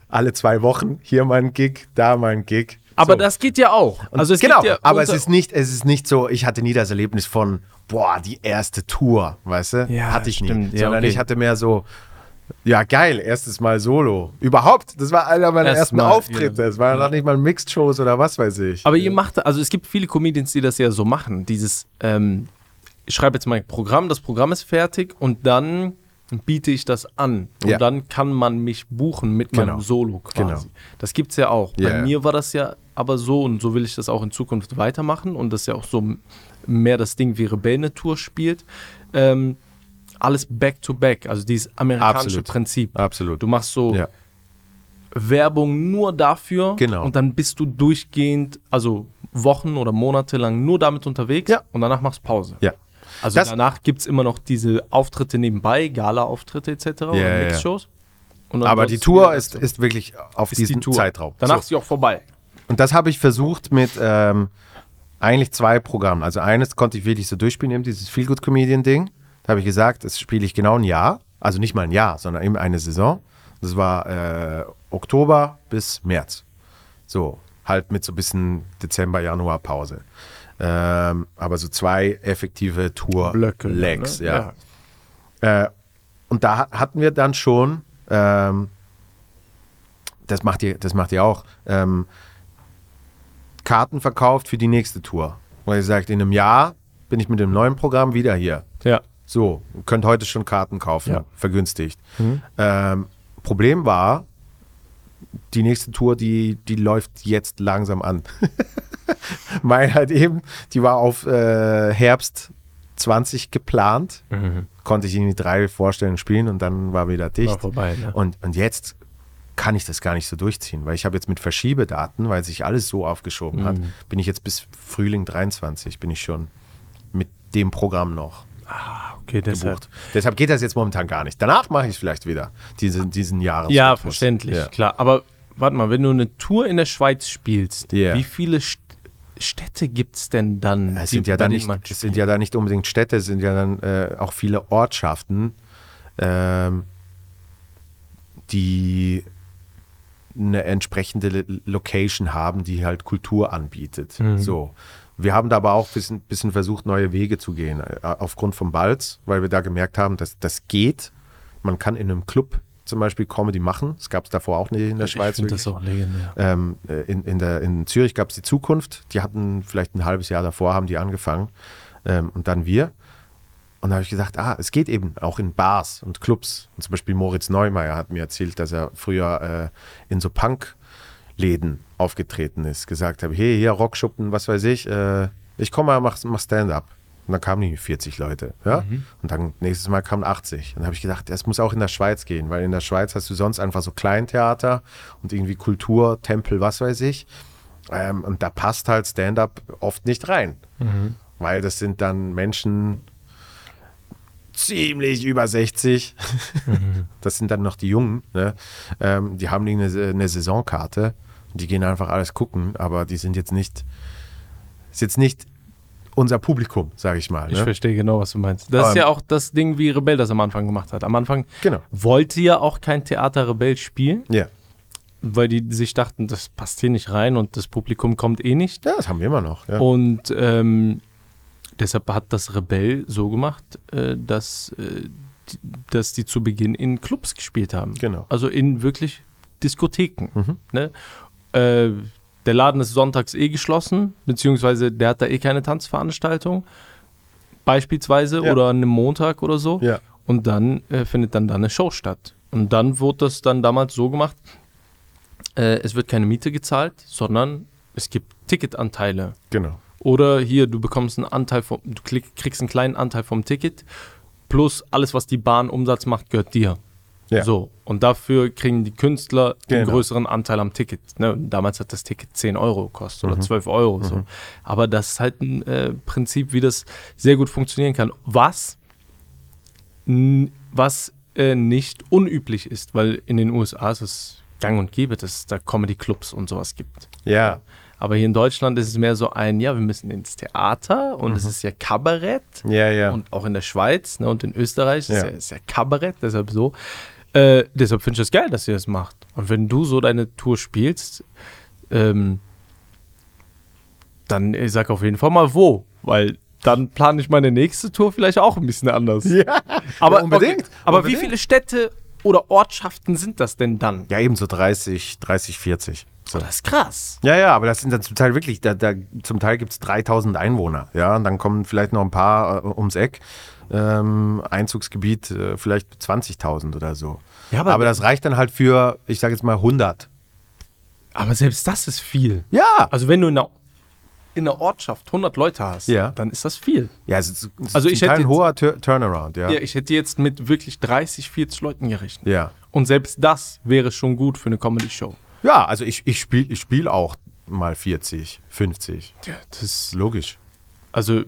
S1: alle zwei Wochen, hier mal ein Gig, da mal ein Gig.
S2: Aber
S1: so.
S2: das geht ja auch. Also es
S1: genau,
S2: geht ja
S1: aber es
S2: unter-
S1: ist nicht, es ist nicht so, ich hatte nie das Erlebnis von, boah, die erste Tour, weißt du?
S2: Ja,
S1: hatte ich
S2: stimmt.
S1: nie.
S2: Ja,
S1: Sondern
S2: okay.
S1: ich hatte mehr so, ja geil, erstes Mal Solo. Überhaupt, das war einer meiner
S2: Erst
S1: ersten
S2: mal,
S1: Auftritte. Es waren noch nicht mal Mixed-Shows oder was weiß ich.
S2: Aber ihr macht, also es gibt viele Comedians, die das ja so machen. Dieses, ähm, ich schreibe jetzt mein Programm, das Programm ist fertig und dann biete ich das an. Und
S1: Ja.
S2: dann kann man mich buchen mit
S1: Genau.
S2: meinem Solo quasi.
S1: Genau.
S2: Das gibt's ja auch. Bei
S1: Ja, ja.
S2: mir war das ja aber so und so will ich das auch in Zukunft weitermachen und das ist ja auch so m- mehr das Ding wie Rebell eine Tour spielt. Ähm, alles back to back, also dieses amerikanische
S1: Absolut.
S2: Prinzip.
S1: Absolut.
S2: Du machst so
S1: ja.
S2: Werbung nur dafür
S1: Genau.
S2: und dann bist du durchgehend, also Wochen oder Monate lang nur damit unterwegs
S1: Ja.
S2: und danach machst Pause.
S1: ja.
S2: Also
S1: Das-
S2: danach gibt es immer noch diese Auftritte nebenbei, Gala-Auftritte etc.
S1: ja,
S2: und
S1: ja.
S2: Mixshows. Und dann
S1: Aber
S2: sollst
S1: die
S2: du
S1: Tour
S2: wieder-
S1: ist, ist wirklich auf
S2: ist
S1: diesen
S2: die Tour.
S1: Zeitraum.
S2: Danach
S1: So.
S2: ist sie auch vorbei.
S1: Und das habe ich versucht mit ähm, eigentlich zwei Programmen. Also eines konnte ich wirklich so durchspielen, eben dieses Feel Good Comedian Ding. Da habe ich gesagt, das spiele ich genau ein Jahr. Also nicht mal ein Jahr, sondern eben eine Saison. Das war äh, Oktober bis März. So, halt mit so ein bisschen Dezember, Januar Pause. Ähm, aber so zwei effektive
S2: Blöcke,
S1: Tour-Legs,
S2: ne?
S1: ja.
S2: Ja.
S1: Äh, und da ha- hatten wir dann schon, ähm, das macht ihr, das macht ihr auch, ähm, Karten verkauft für die nächste Tour. Weil ihr sagt, in einem Jahr bin ich mit dem neuen Programm wieder hier.
S2: Ja.
S1: So, ihr könnt heute schon Karten kaufen,
S2: Ja. Mhm.
S1: vergünstigt. Ähm, Problem war, die nächste Tour, die, die läuft jetzt langsam an. Meine halt eben, die war auf äh, Herbst 20 geplant. Konnte ich irgendwie drei Vorstellungen spielen und dann war wieder dicht.
S2: Mhm. War vorbei, ne?
S1: und, und jetzt kann ich das gar nicht so durchziehen, weil ich habe jetzt mit Verschiebedaten, weil sich alles so aufgeschoben hat,
S2: Mhm.
S1: bin ich jetzt bis Frühling 23, bin ich schon mit dem Programm noch
S2: Ah, okay,
S1: gebucht. Deshalb geht das jetzt momentan gar nicht. Danach mache ich es vielleicht wieder, diesen, diesen Jahres.
S2: Ja, verständlich,
S1: Ja.
S2: klar. Aber warte mal, wenn du eine Tour in der Schweiz spielst,
S1: Ja.
S2: wie viele St- Städte gibt es denn dann?
S1: Es
S2: die-
S1: sind, ja
S2: bei
S1: dann
S2: denen
S1: nicht,
S2: man
S1: es sind ja da nicht unbedingt Städte, es sind ja dann äh, auch viele Ortschaften, ähm, die eine entsprechende L- Location haben, die halt Kultur anbietet.
S2: Mhm.
S1: So. Wir haben da aber auch ein bisschen, bisschen versucht, neue Wege zu gehen, äh, aufgrund vom Balz, weil wir da gemerkt haben, dass das geht. Man kann in einem Club zum Beispiel Comedy machen. Das gab es davor auch nicht in der
S2: Ich
S1: Schweiz.
S2: finde
S1: wirklich.
S2: das auch legendär.
S1: Ähm, äh, in, in, der, in Zürich gab es die Zukunft. Die hatten vielleicht ein halbes Jahr davor, haben die angefangen. Ähm, und dann wir. Und da habe ich gesagt, ah, es geht eben auch in Bars und Clubs. Und zum Beispiel Moritz Neumeier hat mir erzählt, dass er früher äh, in so Punk-Läden aufgetreten ist. Gesagt habe, hey, hier Rockschuppen, was weiß ich. Äh, ich komme mal, mach, mach Stand-up. Und dann kamen die 40 Leute. Ja? Und dann nächstes Mal kamen 80. Und dann habe ich gedacht, das muss auch in der Schweiz gehen, weil in der Schweiz hast du sonst einfach so Kleintheater und irgendwie Kultur, Tempel, was weiß ich. Ähm, und da passt halt Stand-up oft nicht rein.
S2: Mhm.
S1: Weil das sind dann Menschen ziemlich über 60.
S2: Mhm.
S1: Das sind dann noch die Jungen. Ne? Ähm, die haben eine, eine Saisonkarte. Die gehen einfach alles gucken, aber die sind jetzt nicht, ist jetzt nicht unser Publikum, sage ich mal.
S2: Ich
S1: Ne?
S2: verstehe genau, was du meinst. Das ist
S1: Ähm.
S2: ja auch das Ding, wie Rebell das am Anfang gemacht hat. Am Anfang
S1: Genau.
S2: wollte ja auch kein Theater Rebell spielen,
S1: Ja.
S2: weil die sich dachten, das passt hier nicht rein und das Publikum kommt eh nicht.
S1: ja, das haben wir immer noch.
S2: Oh.
S1: Ja.
S2: Und ähm, deshalb hat das Rebell so gemacht, äh, dass, äh, die, dass die zu Beginn in Clubs gespielt haben.
S1: Genau. Mhm.
S2: Also in wirklich Diskotheken. Ne? Äh, Der Laden ist sonntags eh geschlossen, beziehungsweise der hat da eh keine Tanzveranstaltung, beispielsweise,
S1: Ja.
S2: oder an einem Montag oder so.
S1: Ja.
S2: Und dann äh, findet dann da eine Show statt. Und dann wurde das dann damals so gemacht, äh, es wird keine Miete gezahlt, sondern es gibt Ticketanteile.
S1: Genau.
S2: Oder hier, du bekommst einen Anteil vom, du klick, kriegst einen kleinen Anteil vom Ticket, plus alles, was die Bahn Umsatz macht, gehört dir.
S1: Ja.
S2: So, und dafür kriegen die Künstler den
S1: Genau.
S2: größeren Anteil am Ticket. Ne? Und Damals hat das Ticket 10 Euro gekostet
S1: Mhm.
S2: oder 12 Euro. So. Aber das ist halt ein äh, Prinzip, wie das sehr gut funktionieren kann. Was, n- was äh, nicht unüblich ist, weil in den USA ist es gang und gäbe, dass es da Comedy-Clubs und sowas gibt.
S1: Ja.
S2: Aber hier in Deutschland ist es mehr so ein, ja, wir müssen ins Theater und es ist ja Kabarett
S1: Ja, Mhm. ja.
S2: und auch in der Schweiz ne, und in Österreich ist,
S1: Ja.
S2: ja. ist ja Kabarett, deshalb so. Äh, deshalb finde ich es geil, dass ihr das macht. Und wenn du so deine Tour spielst, ähm, dann äh, sag auf jeden Fall mal wo, weil dann plane ich meine nächste Tour vielleicht auch ein bisschen anders.
S1: ja.
S2: aber
S1: ja, unbedingt.
S2: Okay, aber
S1: unbedingt.
S2: wie viele Städte oder Ortschaften sind das denn dann?
S1: Ja, eben so 30, 30, 40. So.
S2: Das ist krass.
S1: Ja, ja, aber das sind dann zum Teil wirklich, da, da, zum Teil gibt es 3000 Einwohner. Ja, und dann kommen vielleicht noch ein paar äh, ums Eck. Ähm, Einzugsgebiet äh, vielleicht 20.000 oder so.
S2: Ja,
S1: aber,
S2: aber-
S1: das reicht dann halt für, ich sage jetzt mal 100.
S2: Aber selbst das ist viel.
S1: Ja!
S2: Also wenn du in einer, in einer Ortschaft 100 Leute hast,
S1: Ja.
S2: dann ist das viel.
S1: Ja, es ist, es ist
S2: Also
S1: zum
S2: ich
S1: Teil
S2: hätte
S1: ein
S2: jetzt-
S1: hoher Tur Turnaround, ja.
S2: Ja, ich hätte jetzt mit wirklich 30, 40 Leuten gerechnet.
S1: Ja,
S2: Und selbst das wäre schon gut für eine Comedy-Show.
S1: ja also ich, ich spiele ich spiel auch mal 40, 50.
S2: Ja, das
S1: Logisch.
S2: also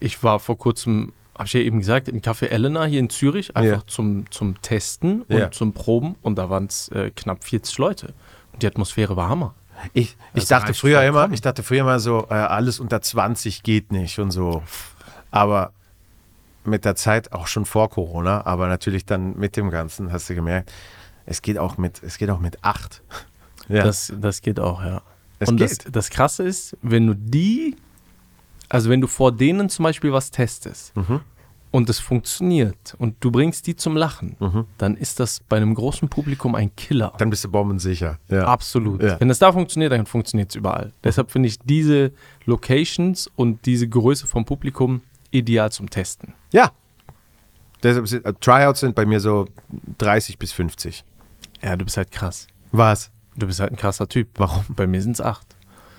S2: ich war vor kurzem, habe ich ja eben gesagt, im Café Elena hier in Zürich, einfach
S1: Ja.
S2: zum, zum Testen und
S1: Ja.
S2: zum Proben. Und da waren es äh, knapp 40 Leute. Und die Atmosphäre war Hammer.
S1: Ich, ich
S2: Das
S1: dachte
S2: reicht
S1: früher
S2: vollkommen.
S1: immer, ich dachte früher immer so, äh, alles unter 20 geht nicht und so. Aber mit der Zeit auch schon vor Corona, aber natürlich dann mit dem Ganzen hast du gemerkt, es geht auch mit, es geht auch mit acht. Ja.
S2: Das, das geht auch, ja.
S1: Es
S2: und Das,
S1: geht.
S2: das Krasse ist, wenn du die, also wenn du vor denen zum Beispiel was testest und es funktioniert und du bringst die zum Lachen, dann ist das bei einem großen Publikum ein Killer.
S1: dann bist du bombensicher. Ja.
S2: Absolut.
S1: Ja.
S2: Wenn es da funktioniert, dann funktioniert es überall. Deshalb finde ich diese Locations und diese Größe vom Publikum ideal zum Testen.
S1: ja. Deshalb sind, äh, Tryouts sind bei mir so 30 bis 50.
S2: Ja, du bist halt krass.
S1: Was?
S2: Du bist halt ein krasser Typ. Warum? Bei mir sind es acht.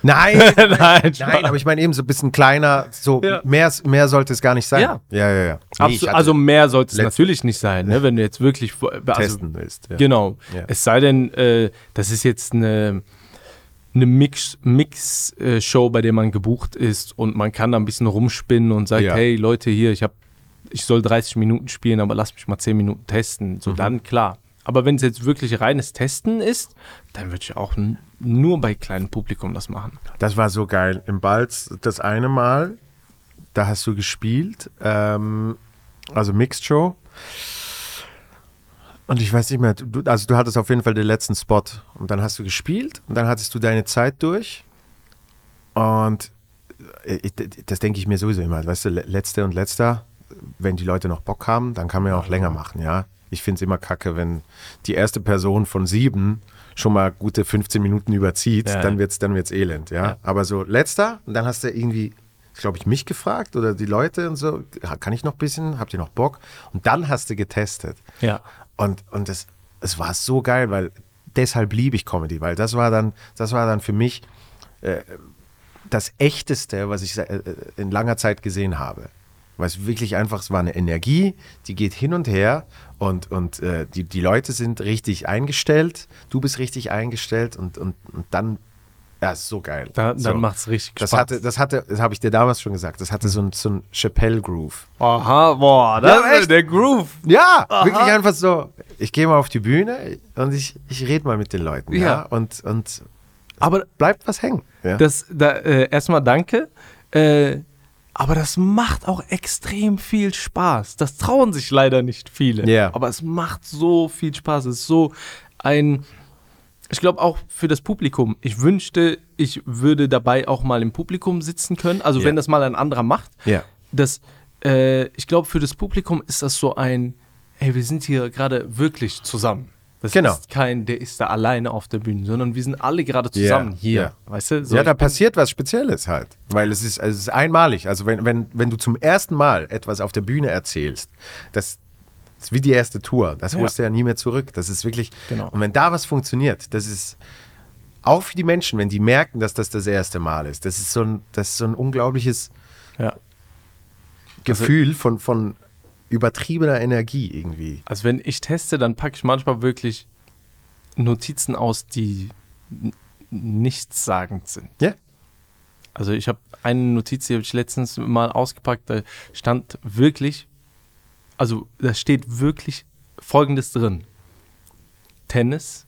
S1: Nein!
S2: Nein,
S1: Nein, aber ich meine eben so ein bisschen kleiner, so
S2: Ja.
S1: mehr, mehr sollte es gar nicht sein.
S2: Ja.
S1: ja, ja. ja. Nee, ich
S2: Absolut,
S1: hatte-
S2: also mehr sollte es
S1: Letzt-
S2: natürlich nicht sein, ne? wenn du jetzt wirklich vo- also,
S1: testen willst. Ja.
S2: Genau.
S1: Ja.
S2: Es sei denn, äh, das ist jetzt eine, eine Mix-Show, Mix, äh, Show, bei der man gebucht ist und man kann da ein bisschen rumspinnen und sagt,
S1: Ja.
S2: hey Leute, hier, ich, hab, ich soll 30 Minuten spielen, aber lass mich mal 10 Minuten testen.
S1: Mhm.
S2: So, dann klar. Aber wenn es jetzt wirklich reines Testen ist, dann würde ich auch n- nur bei kleinem Publikum das machen.
S1: Das war so geil. Im Balz das eine Mal, da hast du gespielt, ähm, also Mixed Show. Und ich weiß nicht mehr, du, also du hattest auf jeden Fall den letzten Spot. Und dann hast du gespielt und dann hattest du deine Zeit durch. Und äh, ich, das denke ich mir sowieso immer, weißt du, le- letzte und letzter, wenn die Leute noch Bock haben, dann kann man ja auch länger machen, ja. Ich finde es immer kacke, wenn die erste Person von sieben schon mal gute 15 Minuten überzieht,
S2: Ja,
S1: dann
S2: ja.
S1: wird es dann wird's elend, ja? Aber so letzter und dann hast du irgendwie, glaube ich, mich gefragt oder die Leute und so, "Ha, kann ich noch ein bisschen, habt ihr noch Bock? Und dann hast du getestet.
S2: Ja.
S1: Und, und das, es war so geil, weil deshalb liebe ich Comedy, weil das war dann, das war dann für mich äh, das Echteste, was ich äh, in langer Zeit gesehen habe. Weil es wirklich einfach, es war eine Energie, die geht hin und her und, und äh, die, die Leute sind richtig eingestellt, du bist richtig eingestellt und, und, und dann, ja, ist so geil.
S2: Da,
S1: so.
S2: Dann macht es richtig
S1: das
S2: Spaß.
S1: hatte, das hatte, das habe ich dir damals schon gesagt, das hatte so ein, so ein Chappelle-Groove.
S2: Aha, boah, das
S1: Ja, echt.
S2: ist der Groove.
S1: Ja, wirklich einfach so, ich gehe mal auf die Bühne und ich, ich rede mal mit den Leuten. Ja.
S2: Ja.
S1: Und, und
S2: Aber
S1: bleibt was hängen. Ja.
S2: Das, da, äh, erstmal danke. Äh, aber das macht auch extrem viel Spaß. Das trauen sich leider nicht viele.
S1: Ja.
S2: Aber es macht so viel Spaß. Es ist so ein. Ich glaube auch für das Publikum. Ich wünschte, ich würde dabei auch mal im Publikum sitzen können. Also
S1: Ja.
S2: wenn das mal ein anderer macht.
S1: Ja.
S2: Das, äh, ich glaube, für das Publikum ist das so ein, hey, wir sind hier gerade wirklich zusammen. Das
S1: Genau.
S2: ist kein, der ist da alleine auf der Bühne, sondern wir sind alle gerade zusammen
S1: Ja,
S2: hier.
S1: ja.
S2: Weißt du? So,
S1: ja, da
S2: ich bin-
S1: passiert was Spezielles halt. Weil es ist, also es ist einmalig. Also wenn, wenn, wenn du zum ersten Mal etwas auf der Bühne erzählst, das ist wie die erste Tour. Das
S2: Ja.
S1: holst du ja nie mehr zurück. Das ist wirklich.
S2: Genau.
S1: Und wenn da was funktioniert, das ist auch für die Menschen, wenn die merken, dass das das erste Mal ist. Das ist so ein, das ist so ein unglaubliches
S2: ja. Also
S1: Gefühl von, von übertriebener Energie irgendwie.
S2: Also wenn ich teste, dann packe ich manchmal wirklich Notizen aus, die n- nichtssagend sind.
S1: Ja?
S2: Also ich habe eine Notiz, die habe ich letztens mal ausgepackt, da stand wirklich, also da steht wirklich Folgendes drin. Tennis,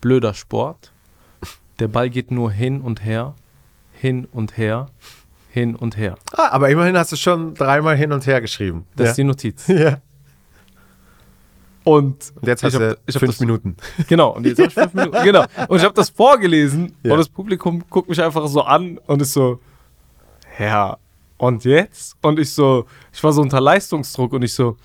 S2: blöder Sport, der Ball geht nur hin und her, hin und her, hin und her.
S1: Ah, aber immerhin hast du schon dreimal hin und her geschrieben.
S2: Das
S1: ja.
S2: ist die Notiz.
S1: ja.
S2: Und
S1: Und jetzt hast
S2: ich hab-
S1: du
S2: ich hab
S1: fünf
S2: das-
S1: Minuten.
S2: Genau, und jetzt habe ich fünf Minuten. Genau. Und ich habe das vorgelesen
S1: Ja.
S2: und das Publikum guckt mich einfach so an und ist so, ja, und jetzt? Und ich so, ich war so unter Leistungsdruck und ich so,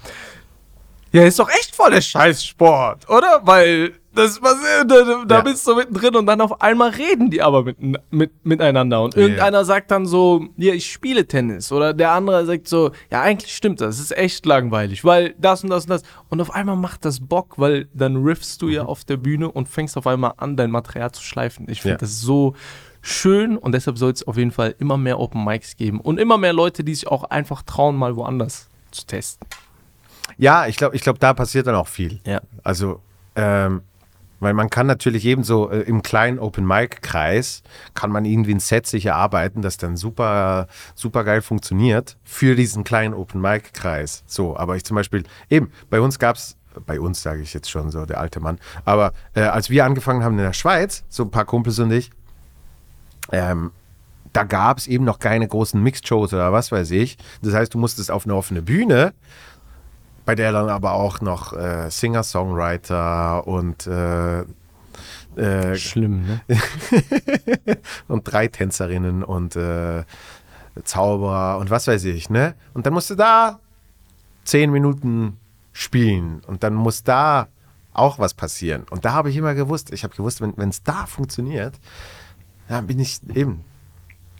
S2: ja, ist doch echt voll der Scheißsport, oder? Weil das was, da, da
S1: Ja.
S2: bist du mittendrin und dann auf einmal reden die aber mit, mit, miteinander. Und irgendeiner sagt dann so, ja, ich spiele Tennis. Oder der andere sagt so, ja, eigentlich stimmt das, es ist echt langweilig, weil das und das und das. Und auf einmal macht das Bock, weil dann riffst du ja auf der Bühne und fängst auf einmal an, dein Material zu schleifen. Ich finde
S1: Ja.
S2: das so schön und deshalb soll es auf jeden Fall immer mehr Open Mics geben und immer mehr Leute, die sich auch einfach trauen, mal woanders zu testen.
S1: Ja, ich glaube, ich glaub, da passiert dann auch viel.
S2: Ja.
S1: Also, ähm, weil man kann natürlich ebenso äh, im kleinen Open-Mic-Kreis, kann man irgendwie ein Set sich erarbeiten, das dann super, super geil funktioniert für diesen kleinen Open-Mic-Kreis. So, aber ich zum Beispiel, eben, bei uns gab es, bei uns sage ich jetzt schon so, der alte Mann, aber äh, als wir angefangen haben in der Schweiz, so ein paar Kumpels und ich, ähm, da gab es eben noch keine großen Mixed-Shows oder was weiß ich. Das heißt, du musstest auf eine offene Bühne, bei der dann aber auch noch äh, Singer-Songwriter und, äh, äh,
S2: Schlimm, ne?
S1: und drei Tänzerinnen und äh, Zauberer und was weiß ich, ne? Und dann musst du da zehn Minuten spielen und dann muss da auch was passieren. Und da habe ich immer gewusst, ich habe gewusst, wenn es da funktioniert, dann bin ich eben,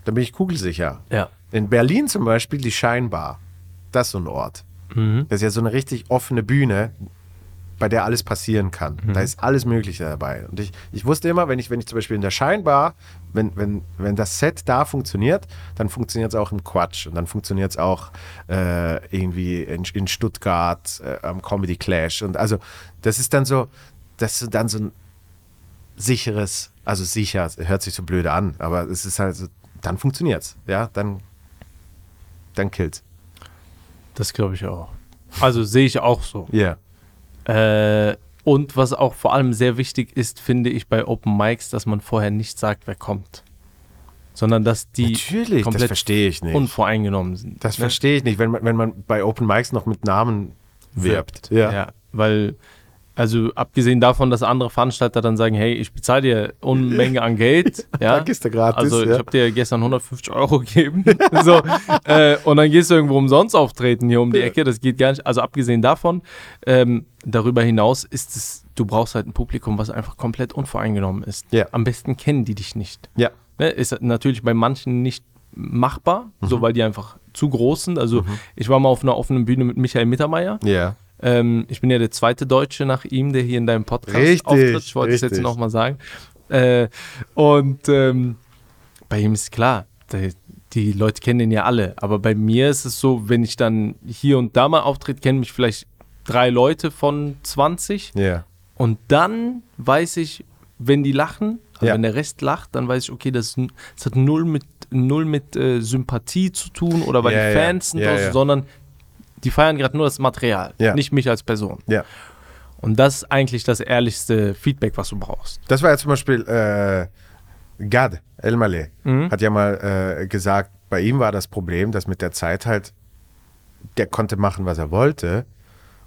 S1: dann bin ich kugelsicher.
S2: Ja.
S1: In Berlin zum Beispiel die Scheinbar, das ist so ein Ort. Das ist ja so eine richtig offene Bühne, bei der alles passieren kann. Da ist alles Mögliche dabei. Und ich, ich wusste immer, wenn ich, wenn ich zum Beispiel in der Scheinbar, wenn, wenn, wenn das Set da funktioniert, dann funktioniert es auch im Quatsch und dann funktioniert es auch äh, irgendwie in, in Stuttgart äh, am Comedy Clash. Und also das ist dann so, das ist dann so ein sicheres, also sicher, es hört sich so blöde an, aber es ist halt so, dann funktioniert's. Ja, dann, dann killt's.
S2: Das glaube ich auch. Also sehe ich auch so.
S1: Ja. Yeah.
S2: Äh, und was auch vor allem sehr wichtig ist, finde ich bei Open Mics, dass man vorher nicht sagt, wer kommt. Sondern dass die
S1: Natürlich, das
S2: komplett
S1: verstehe ich nicht.
S2: unvoreingenommen sind.
S1: Das verstehe ich nicht, wenn man, wenn man bei Open Mics noch mit Namen wirbt.
S2: Ja. Weil, also abgesehen davon, dass andere Veranstalter dann sagen, hey, ich bezahle dir Unmenge an Geld. ja.
S1: Danke, ist dir gratis,
S2: Also ich
S1: ja.
S2: habe dir gestern 150 Euro gegeben. so, äh, und dann gehst du irgendwo umsonst auftreten hier um die Ecke. Das geht gar nicht. Also abgesehen davon, ähm, darüber hinaus ist es, du brauchst halt ein Publikum, was einfach komplett unvoreingenommen ist.
S1: Ja.
S2: Am besten kennen die dich nicht.
S1: Ja.
S2: Ne, ist natürlich bei manchen nicht machbar, so
S1: Mhm.
S2: weil die einfach zu groß sind. Also ich war mal auf einer offenen Bühne mit Michael Mittermeier.
S1: Ja.
S2: Ähm, ich bin ja der zweite Deutsche nach ihm, der hier in deinem Podcast
S1: Richtig,
S2: auftritt. Ich wollte es
S1: richtig.
S2: jetzt nochmal sagen. Äh, und ähm, bei ihm ist klar, der, die Leute kennen ihn ja alle. Aber bei mir ist es so, wenn ich dann hier und da mal auftritt, kennen mich vielleicht drei Leute von 20.
S1: Ja.
S2: Und dann weiß ich, wenn die lachen, also
S1: Ja.
S2: wenn der Rest lacht, dann weiß ich, okay, das, ist n- das hat null mit, null mit äh, Sympathie zu tun oder weil
S1: Ja,
S2: die
S1: ja.
S2: Fans sind,
S1: Ja,
S2: oder so,
S1: ja.
S2: sondern die feiern gerade nur das Material,
S1: Ja.
S2: nicht mich als Person.
S1: Ja.
S2: Und das ist eigentlich das ehrlichste Feedback, was du brauchst.
S1: Das war ja zum Beispiel äh, Gad Elmaleh hat ja mal äh, gesagt, bei ihm war das Problem, dass mit der Zeit halt, der konnte machen, was er wollte.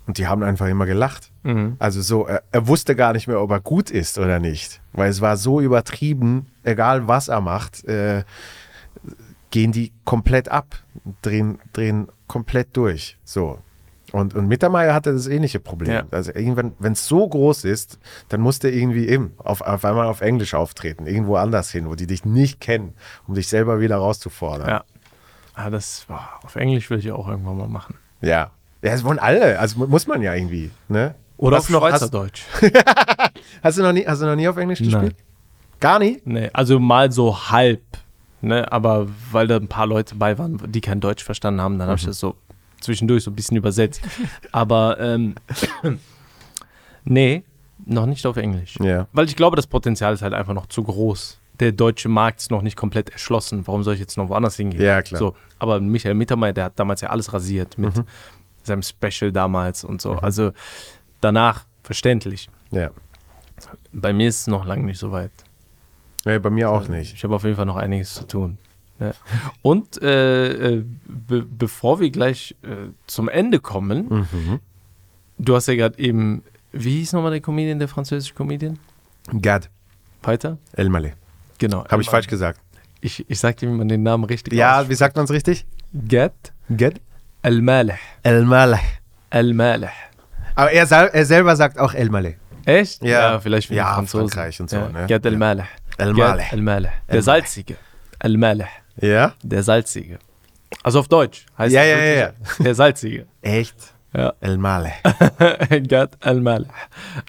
S1: Und die haben einfach immer gelacht. Also so, er, er wusste gar nicht mehr, ob er gut ist oder nicht. Weil es war so übertrieben, egal was er macht, äh, gehen die komplett ab, drehen, drehen komplett durch. So. Und, und Mittermeier hatte das ähnliche Problem.
S2: Ja.
S1: Also irgendwann, wenn es so groß ist, dann musst du irgendwie eben auf, auf einmal auf Englisch auftreten, irgendwo anders hin, wo die dich nicht kennen, um dich selber wieder rauszufordern.
S2: Ja. Ah, das war auf Englisch will ich auch irgendwann mal machen.
S1: Ja. ja. das wollen alle. Also mu- muss man ja irgendwie. Ne?
S2: Oder
S1: Hast
S2: auf
S1: du noch-
S2: Schweizerdeutsch.
S1: Hast, hast, du noch nie, hast du noch nie auf Englisch
S2: Nein.
S1: gespielt? Gar nie?
S2: Nee, also mal so halb, ne, aber weil da ein paar Leute bei waren, die kein Deutsch verstanden haben, dann habe
S1: Mhm.
S2: ich das so zwischendurch so ein bisschen übersetzt. aber ähm, nee, noch nicht auf Englisch.
S1: Ja.
S2: Weil ich glaube, das Potenzial ist halt einfach noch zu groß. Der deutsche Markt ist noch nicht komplett erschlossen. Warum soll ich jetzt noch woanders hingehen?
S1: Ja, klar. Mhm.
S2: So, aber Michael Mittermeier, der hat damals ja alles rasiert mit seinem Special damals und so. Also danach verständlich.
S1: Ja.
S2: Bei mir ist es noch lange nicht so weit.
S1: Nee, bei mir auch nicht.
S2: Ich habe auf jeden Fall noch einiges zu tun. Ja. Und äh, äh, be bevor wir gleich äh, zum Ende kommen,
S1: Mhm.
S2: du hast ja gerade eben, wie hieß nochmal der Comedian, der französische Comedian?
S1: Gerd
S2: Weiter?
S1: Elmaleh.
S2: Genau.
S1: Habe ich falsch gesagt?
S2: Ich, ich sag dir, wie man den Namen richtig
S1: Ja, wie sagt man es richtig?
S2: Get
S1: Gerd
S2: Al-Maleh.
S1: Elmaleh.
S2: Al-Maleh.
S1: Aber er, sa- er selber sagt auch Elmaleh.
S2: Echt?
S1: Ja.
S2: vielleicht wie
S1: Ja,
S2: die Franzosen.
S1: Frankreich und so,
S2: Ja.
S1: ne?
S2: Get
S1: Ja.
S2: Al-Maleh.
S1: Al-Maleh.
S2: Get Al-Maleh. Der Salzige. Al-Maleh.
S1: Ja?
S2: Der Salzige. Also auf Deutsch heißt
S1: Ja,
S2: es
S1: ja, ja,
S2: wirklich Der Salzige.
S1: Echt?
S2: Ja.
S1: Elmaleh.
S2: Gad al-Malh.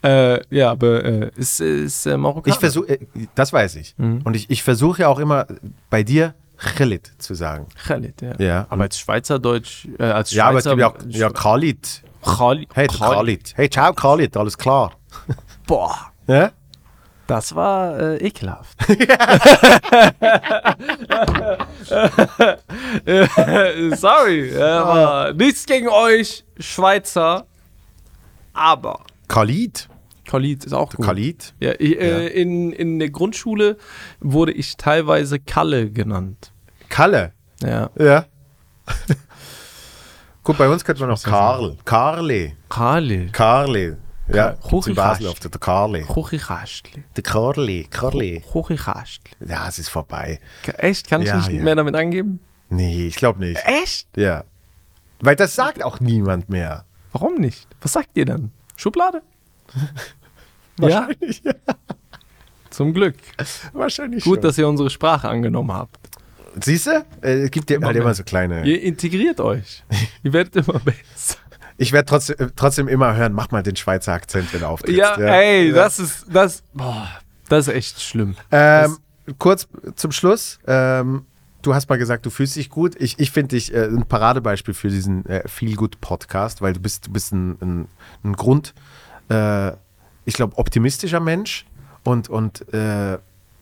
S2: Äh, ja, aber äh, ist, ist äh, Marokkaner.
S1: Ich versuche, das weiß ich. Und ich, ich versuche ja auch immer bei dir Khalid zu sagen.
S2: Khalid, ja.
S1: Ja.
S2: Aber als Schweizerdeutsch, äh, als
S1: Ja, aber es
S2: Schweizer...
S1: gibt ja auch ja, Khalid.
S2: Khali-
S1: Hey,
S2: Khali-
S1: Khalid. Hey, ciao, Khalid, alles klar.
S2: Boah,
S1: Ja?
S2: das war äh, ekelhaft. Äh, Sorry, äh,
S1: Ah.
S2: aber nichts gegen euch, Schweizer, aber
S1: Khalid.
S2: Khalid ist auch gut.
S1: Khalid.
S2: Ja, ich, äh, In, in der Grundschule wurde ich teilweise Kalle genannt.
S1: Kalle.
S2: Ja.
S1: Ja. Gut, bei uns könnte man noch Karl. Karli.
S2: Kalle.
S1: Karli. Ja,
S2: Karl-
S1: gibt's in Basel
S2: Kuchikast.
S1: oft. Der Karli.
S2: Kuchikastli.
S1: Der Karli. Karli.
S2: Kuchikastli.
S1: Ja, es ist vorbei.
S2: Echt? Kann ich
S1: Ja,
S2: nicht
S1: ja.
S2: mehr damit angeben?
S1: Nee, ich glaube nicht.
S2: Echt?
S1: Ja. Weil das sagt auch niemand mehr.
S2: Warum nicht? Was sagt ihr dann? Schublade? ja,
S1: Wahrscheinlich. Ja.
S2: zum Glück.
S1: Wahrscheinlich
S2: Gut,
S1: schon.
S2: dass ihr unsere Sprache angenommen habt.
S1: Siehst du? Äh, Es gibt dir halt immer so kleine.
S2: Ihr integriert euch. ihr werdet immer besser.
S1: Ich werde trotzdem, äh, trotzdem immer hören, mach mal den Schweizer Akzent, wenn du auftrittst.
S2: Ja, ey,
S1: Ja.
S2: das ist, das, boah, das ist echt schlimm.
S1: Ähm, kurz zum Schluss. Ähm, du hast mal gesagt, du fühlst dich gut. Ich, ich finde dich äh, ein Paradebeispiel für diesen äh, Feel Good Podcast, weil du bist, du bist ein, ein, ein Grund, äh, ich glaube, optimistischer Mensch und, und äh,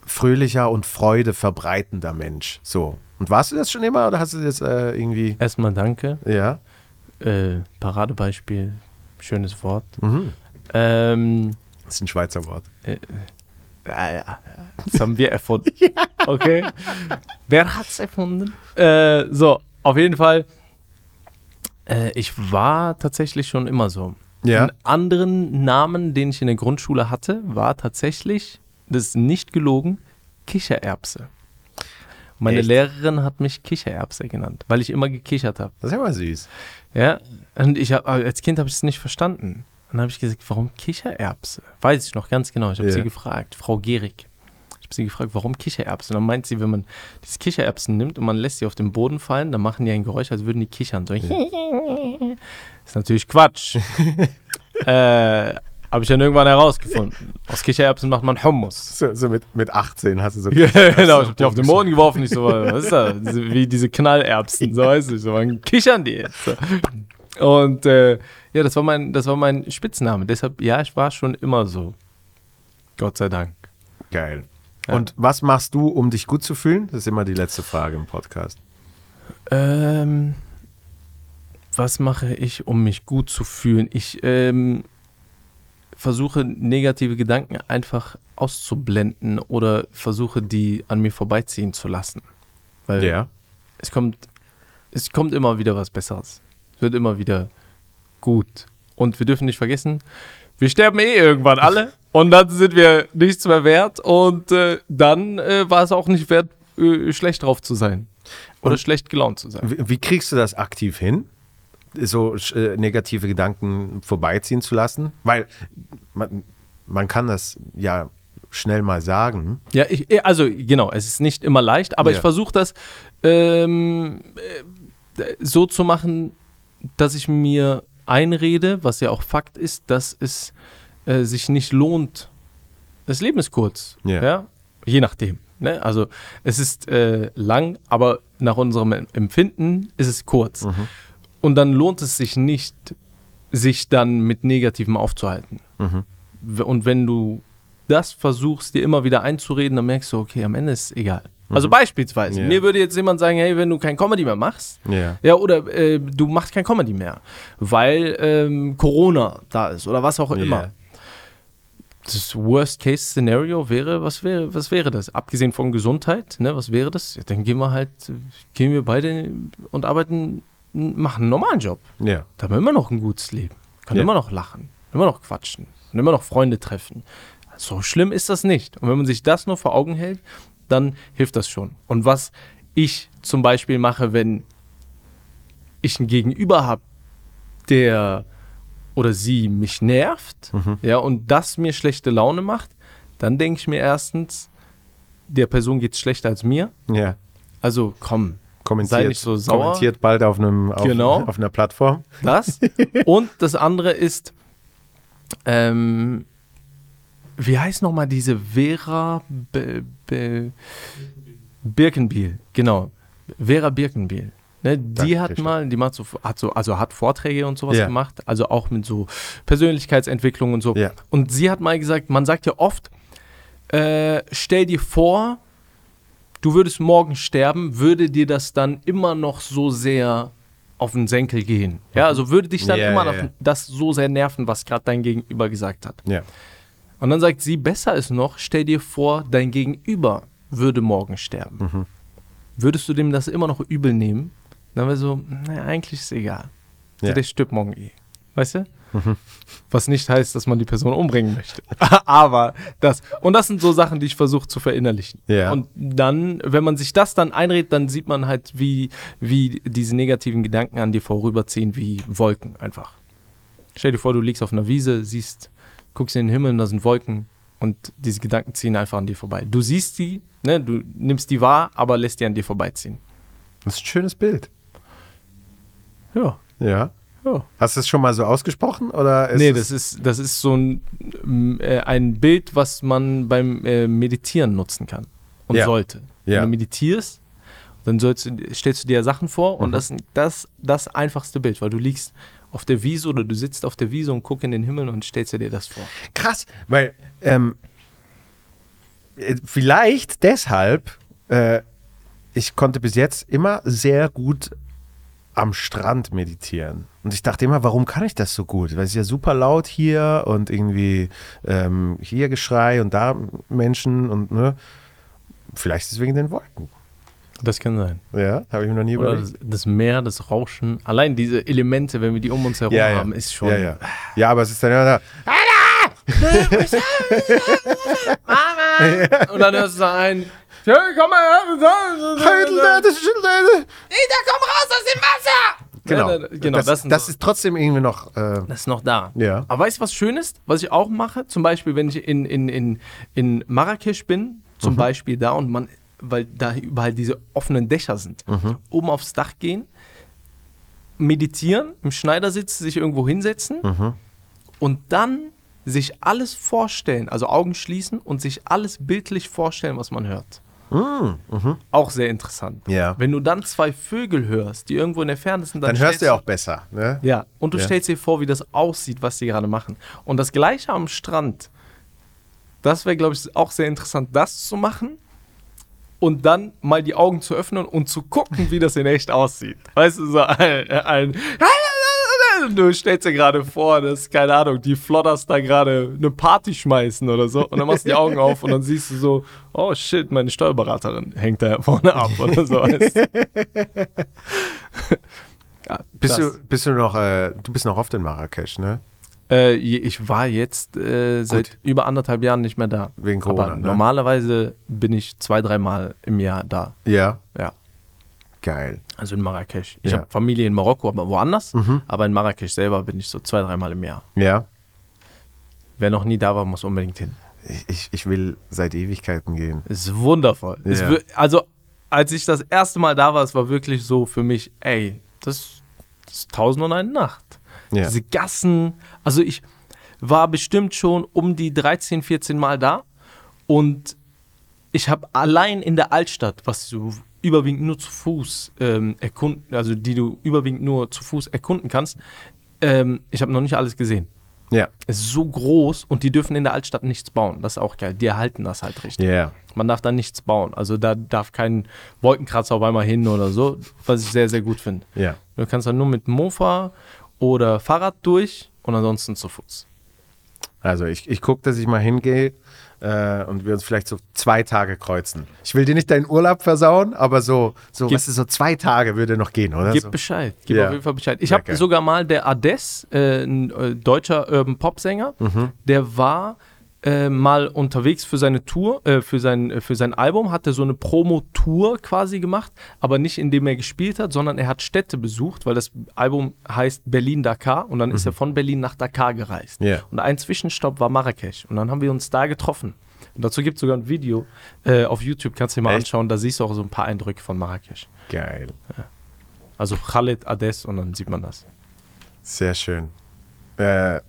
S1: fröhlicher und Freude verbreitender Mensch. So. Und warst du das schon immer oder hast du das äh, irgendwie.
S2: Erstmal danke.
S1: Ja.
S2: Äh, Paradebeispiel. Schönes Wort.
S1: Mhm.
S2: Ähm,
S1: Das ist ein Schweizer Wort.
S2: Ja, ja. Das haben wir erfunden. Okay. Wer hat's erfunden? Äh, so, auf jeden Fall. Äh, ich war tatsächlich schon immer so.
S1: Ja.
S2: Einen anderen Namen, den ich in der Grundschule hatte, war tatsächlich, das ist nicht gelogen, Kichererbse. Meine
S1: Echt?
S2: Lehrerin hat mich Kichererbse genannt, weil ich immer gekichert habe.
S1: Das ist ja mal süß.
S2: Ja, und ich hab, als Kind habe ich es nicht verstanden. Dann habe ich gesagt, warum Kichererbse? Weiß ich noch ganz genau. Ich habe
S1: Ja.
S2: sie gefragt, Frau Gehrig. Ich habe sie gefragt, warum Kichererbse? Und dann meint sie, wenn man diese Kichererbsen nimmt und man lässt sie auf den Boden fallen, dann machen die ein Geräusch, als würden die kichern. So, Ist natürlich Quatsch. äh, habe ich dann irgendwann herausgefunden. Aus Kichererbsen macht man Hummus.
S1: So, so mit, mit 18 hast du so.
S2: Ja, genau, ich hab die auf den Boden geworfen. Ich so, was ist das? Diese- Wie diese Knallerbsen, so weiß ich. So, wann kichern die jetzt? So. Und äh, ja, das war, mein, das war mein Spitzname. Deshalb, ja, ich war schon immer so. Gott sei Dank.
S1: Geil. Und was machst du, um dich gut zu fühlen? Das ist immer die letzte Frage im Podcast.
S2: Ähm, was mache ich, um mich gut zu fühlen? Ich ähm, versuche negative Gedanken einfach auszublenden oder versuche die an mir vorbeiziehen zu lassen. Weil es kommt, es kommt immer wieder was Besseres. Es wird immer wieder gut. Und wir dürfen nicht vergessen, wir sterben eh irgendwann alle und dann sind wir nichts mehr wert und äh, dann äh, war es auch nicht wert, äh, schlecht drauf zu sein oder schlecht gelaunt zu sein.
S1: Wie, wie kriegst du das aktiv hin? so äh, negative Gedanken vorbeiziehen zu lassen, weil man, man kann das ja schnell mal sagen.
S2: Ja, ich, also genau, es ist nicht immer leicht, aber
S1: Ja.
S2: ich versuche das ähm, äh, so zu machen, dass ich mir einrede, was ja auch Fakt ist, dass es äh, sich nicht lohnt. Das Leben ist kurz,
S1: Ja.
S2: ja? je nachdem. Ne? Also es ist äh, lang, aber nach unserem Empfinden ist es kurz.
S1: Mhm.
S2: Und dann lohnt es sich nicht, sich dann mit Negativem aufzuhalten. W- Und wenn du das versuchst, dir immer wieder einzureden, dann merkst du, okay, am Ende ist es egal. Also beispielsweise,
S1: Ja.
S2: mir würde jetzt jemand sagen, hey, wenn du kein Comedy mehr machst,
S1: Ja.
S2: ja, oder äh, du machst kein Comedy mehr, weil ähm, Corona da ist oder was auch
S1: Ja.
S2: immer. Das Worst-Case-Szenario wäre, was wäre, was wäre das? Abgesehen von Gesundheit, ne, was wäre das? Ja, dann gehen wir halt, äh, gehen wir beide und arbeiten, machen einen normalen Job.
S1: Ja.
S2: Da haben wir immer noch ein gutes Leben. Können
S1: Ja.
S2: immer noch lachen, immer noch quatschen und immer noch Freunde treffen. So schlimm ist das nicht. Und wenn man sich das nur vor Augen hält, dann hilft das schon. Und was ich zum Beispiel mache, wenn ich ein Gegenüber habe, der oder sie mich nervt, ja, und das mir schlechte Laune macht, dann denke ich mir erstens, der Person geht's schlechter als mir.
S1: Ja.
S2: Also komm,
S1: Kommentiert,
S2: Sei nicht so sauer.
S1: kommentiert bald auf, einem, auf,
S2: Genau.
S1: auf einer Plattform.
S2: Das. Und das andere ist, ähm, wie heißt nochmal diese Vera Be Be Birkenbiel? Genau. Vera Birkenbiel. Ne, die
S1: Danke,
S2: hat
S1: Tisha.
S2: mal, die macht so, hat so, also hat Vorträge und sowas
S1: Ja.
S2: gemacht, also auch mit so Persönlichkeitsentwicklung und so.
S1: Ja.
S2: Und sie hat mal gesagt, man sagt ja oft, äh, stell dir vor, du würdest morgen sterben, würde dir das dann immer noch so sehr auf den Senkel gehen. Ja, also würde dich dann
S1: Ja,
S2: immer
S1: ja,
S2: noch
S1: ja.
S2: das so sehr nerven, was gerade dein Gegenüber gesagt hat.
S1: Ja.
S2: Und dann sagt sie, besser ist noch, stell dir vor, dein Gegenüber würde morgen sterben.
S1: Mhm.
S2: Würdest du dem das immer noch übel nehmen? Dann wäre so, naja, eigentlich ist egal.
S1: Ja.
S2: Der stirbt morgen eh. Weißt du? Was nicht heißt, dass man die Person umbringen möchte. Aber das. Und das sind so Sachen, die ich versuche zu verinnerlichen.
S1: Ja.
S2: Und dann, wenn man sich das dann einredet, dann sieht man halt, wie, wie diese negativen Gedanken an dir vorüberziehen, wie Wolken einfach. Stell dir vor, du liegst auf einer Wiese, siehst, guckst in den Himmel und da sind Wolken und diese Gedanken ziehen einfach an dir vorbei. Du siehst die, ne, du nimmst die wahr, aber lässt die an dir vorbeiziehen.
S1: Das ist ein schönes Bild.
S2: Ja,
S1: Ja.
S2: ja.
S1: Hast du es schon mal so ausgesprochen? Oder ist
S2: nee,
S1: es-
S2: das ist, das ist so ein, m, äh, ein Bild, was man beim äh, Meditieren nutzen kann und
S1: Ja.
S2: sollte.
S1: Ja.
S2: Wenn du meditierst, dann sollst du, stellst du dir Sachen vor
S1: Mhm.
S2: und das ist das, das einfachste Bild, weil du liegst auf der Wiese oder du sitzt auf der Wiese und guckst in den Himmel und stellst dir das vor.
S1: krass, weil ähm, äh, vielleicht deshalb, äh, ich konnte bis jetzt immer sehr gut am Strand meditieren. Und ich dachte immer, warum kann ich das so gut? Weil es ist ja super laut hier und irgendwie ähm, hier Geschrei und da Menschen und ne. Vielleicht ist es wegen den Wolken.
S2: Das kann sein.
S1: Ja, habe ich mir noch nie
S2: Oder
S1: überlegt.
S2: das, das Meer, das Rauschen, allein diese Elemente, wenn wir die um uns herum
S1: ja, ja.
S2: haben, ist schon.
S1: Ja, ja. ja, aber es ist dann immer da.
S2: Und dann hörst du da ein. Ja, komm mal her.
S1: Genau,
S2: Ja, da- genau,
S1: das,
S2: das
S1: das,
S2: sind so-
S1: ist trotzdem irgendwie noch. Äh,
S2: Das ist noch da.
S1: Ja.
S2: Aber weißt du, was schön ist? Was ich auch mache, zum Beispiel, wenn ich in, in, in, in Marrakesch bin, zum
S1: Mhm.
S2: Beispiel da und man, weil da überall diese offenen Dächer sind,
S1: Mhm.
S2: oben aufs Dach gehen, meditieren, im Schneidersitz sich irgendwo hinsetzen
S1: Mhm.
S2: und dann sich alles vorstellen, also Augen schließen und sich alles bildlich vorstellen, was man hört. Auch sehr interessant.
S1: Mhm. Ja.
S2: Wenn du dann zwei Vögel hörst, die irgendwo in der Ferne sind, dann,
S1: dann hörst
S2: stellst
S1: du ja auch besser. Ne?
S2: ja, und du
S1: Ja.
S2: stellst dir vor, wie das aussieht, was die gerade machen. Und das gleiche am Strand. Das wäre, glaube ich, auch sehr interessant, das zu machen und dann mal die Augen zu öffnen und zu gucken, wie das in echt aussieht. Weißt du, so ein. ein Du stellst dir gerade vor, dass, keine Ahnung, die Flodders da gerade eine Party schmeißen oder so. Und dann machst du die Augen auf und dann siehst du so, oh shit, meine Steuerberaterin hängt da vorne ab oder so. Weißt du? ja,
S1: Bist,
S2: das-
S1: du, bist du noch, äh, du bist noch oft in Marrakesch, ne?
S2: Äh, je- ich war jetzt äh, seit über anderthalb Jahren nicht mehr da.
S1: Wegen Corona,
S2: Aber
S1: ne?
S2: Normalerweise bin ich zwei, dreimal im Jahr da.
S1: Ja.
S2: Ja.
S1: Geil.
S2: Also in Marrakesch. Ich
S1: Ja. Mhm.
S2: habe Familie in Marokko, aber woanders. Aber in Marrakesch selber bin ich so zwei, dreimal im Jahr.
S1: Ja.
S2: Wer noch nie da war, muss unbedingt hin.
S1: Ich, ich, ich will seit Ewigkeiten gehen.
S2: Es ist wundervoll. Es
S1: Ja.
S2: wir- also, als ich das erste Mal da war, es war wirklich so für mich, ey, das, das ist tausend und eine Nacht.
S1: Ja.
S2: Diese Gassen, also ich war bestimmt schon um die 13, 14 Mal da und ich habe allein in der Altstadt, was du überwiegend nur zu Fuß ähm, erkunden, also die du überwiegend nur zu Fuß erkunden kannst, ähm, ich habe noch nicht alles gesehen.
S1: Ja.
S2: Es ist so groß und die dürfen in der Altstadt nichts bauen. Das ist auch geil. Die erhalten das halt richtig.
S1: Ja.
S2: Man darf da nichts bauen. Also da darf kein Wolkenkratzer auf einmal hin oder so, was ich sehr, sehr gut finde.
S1: Ja.
S2: Du kannst dann nur mit Mofa oder Fahrrad durch und ansonsten zu Fuß.
S1: Also ich, ich gucke, dass ich mal hingehe äh, und wir uns vielleicht so zwei Tage kreuzen. Ich will dir nicht deinen Urlaub versauen, aber so, so
S2: Gib-
S1: weißt du, so zwei Tage würde noch gehen, oder?
S2: Gib
S1: so.
S2: Bescheid. Gib
S1: Ja.
S2: auf jeden Fall Bescheid. Ich
S1: Sehr
S2: habe
S1: geil.
S2: sogar mal der Ades, äh, ein äh, deutscher Urban Pop-Sänger,
S1: Mhm.
S2: der war äh, mal unterwegs für seine Tour, äh, für, sein, äh, für sein Album, hatte so eine Promo-Tour quasi gemacht, aber nicht indem er gespielt hat, sondern er hat Städte besucht, weil das Album heißt Berlin-Dakar und dann ist er von Berlin nach Dakar gereist.
S1: Mhm. Ja.
S2: Und ein Zwischenstopp war Marrakesch und dann haben wir uns da getroffen. Und dazu gibt es sogar ein Video äh, auf YouTube, kannst du dir mal
S1: Echt?
S2: anschauen, da siehst du auch so ein paar Eindrücke von Marrakesch.
S1: Geil.
S2: Also Khaled Ades und dann sieht man das.
S1: Sehr schön. Äh,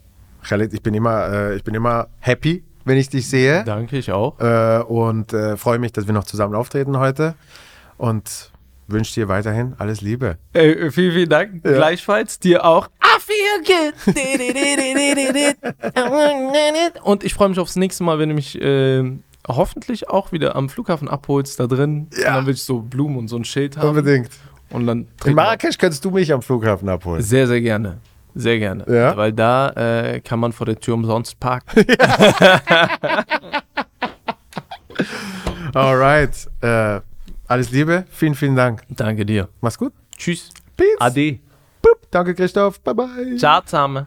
S1: Khalid, ich bin immer, äh, ich bin immer happy, wenn ich dich sehe.
S2: Danke, ich auch.
S1: Äh, und äh, freue mich, dass wir noch zusammen auftreten heute. Und wünsche dir weiterhin alles Liebe.
S2: Äh, vielen, vielen Dank. Gleichfalls dir auch. I feel good. Und ich freue mich aufs nächste Mal, wenn du mich ähm, hoffentlich auch wieder am Flughafen abholst, da drin.
S1: Ja.
S2: Und dann will ich so Blumen und so ein Schild haben.
S1: Unbedingt.
S2: Und dann
S1: Ähm, In
S2: trinken wir-
S1: Marrakesch könntest du mich am Flughafen abholen.
S2: Sehr, sehr gerne. Sehr gerne.
S1: Ja.
S2: Weil da äh, kann man vor der Tür umsonst parken.
S1: Alright. Äh, alles Liebe. Vielen, vielen Dank.
S2: Danke dir.
S1: Mach's gut.
S2: Tschüss.
S1: Peace.
S2: Ade.
S1: Boop. Danke, Christoph. Bye, bye.
S2: Ciao zusammen.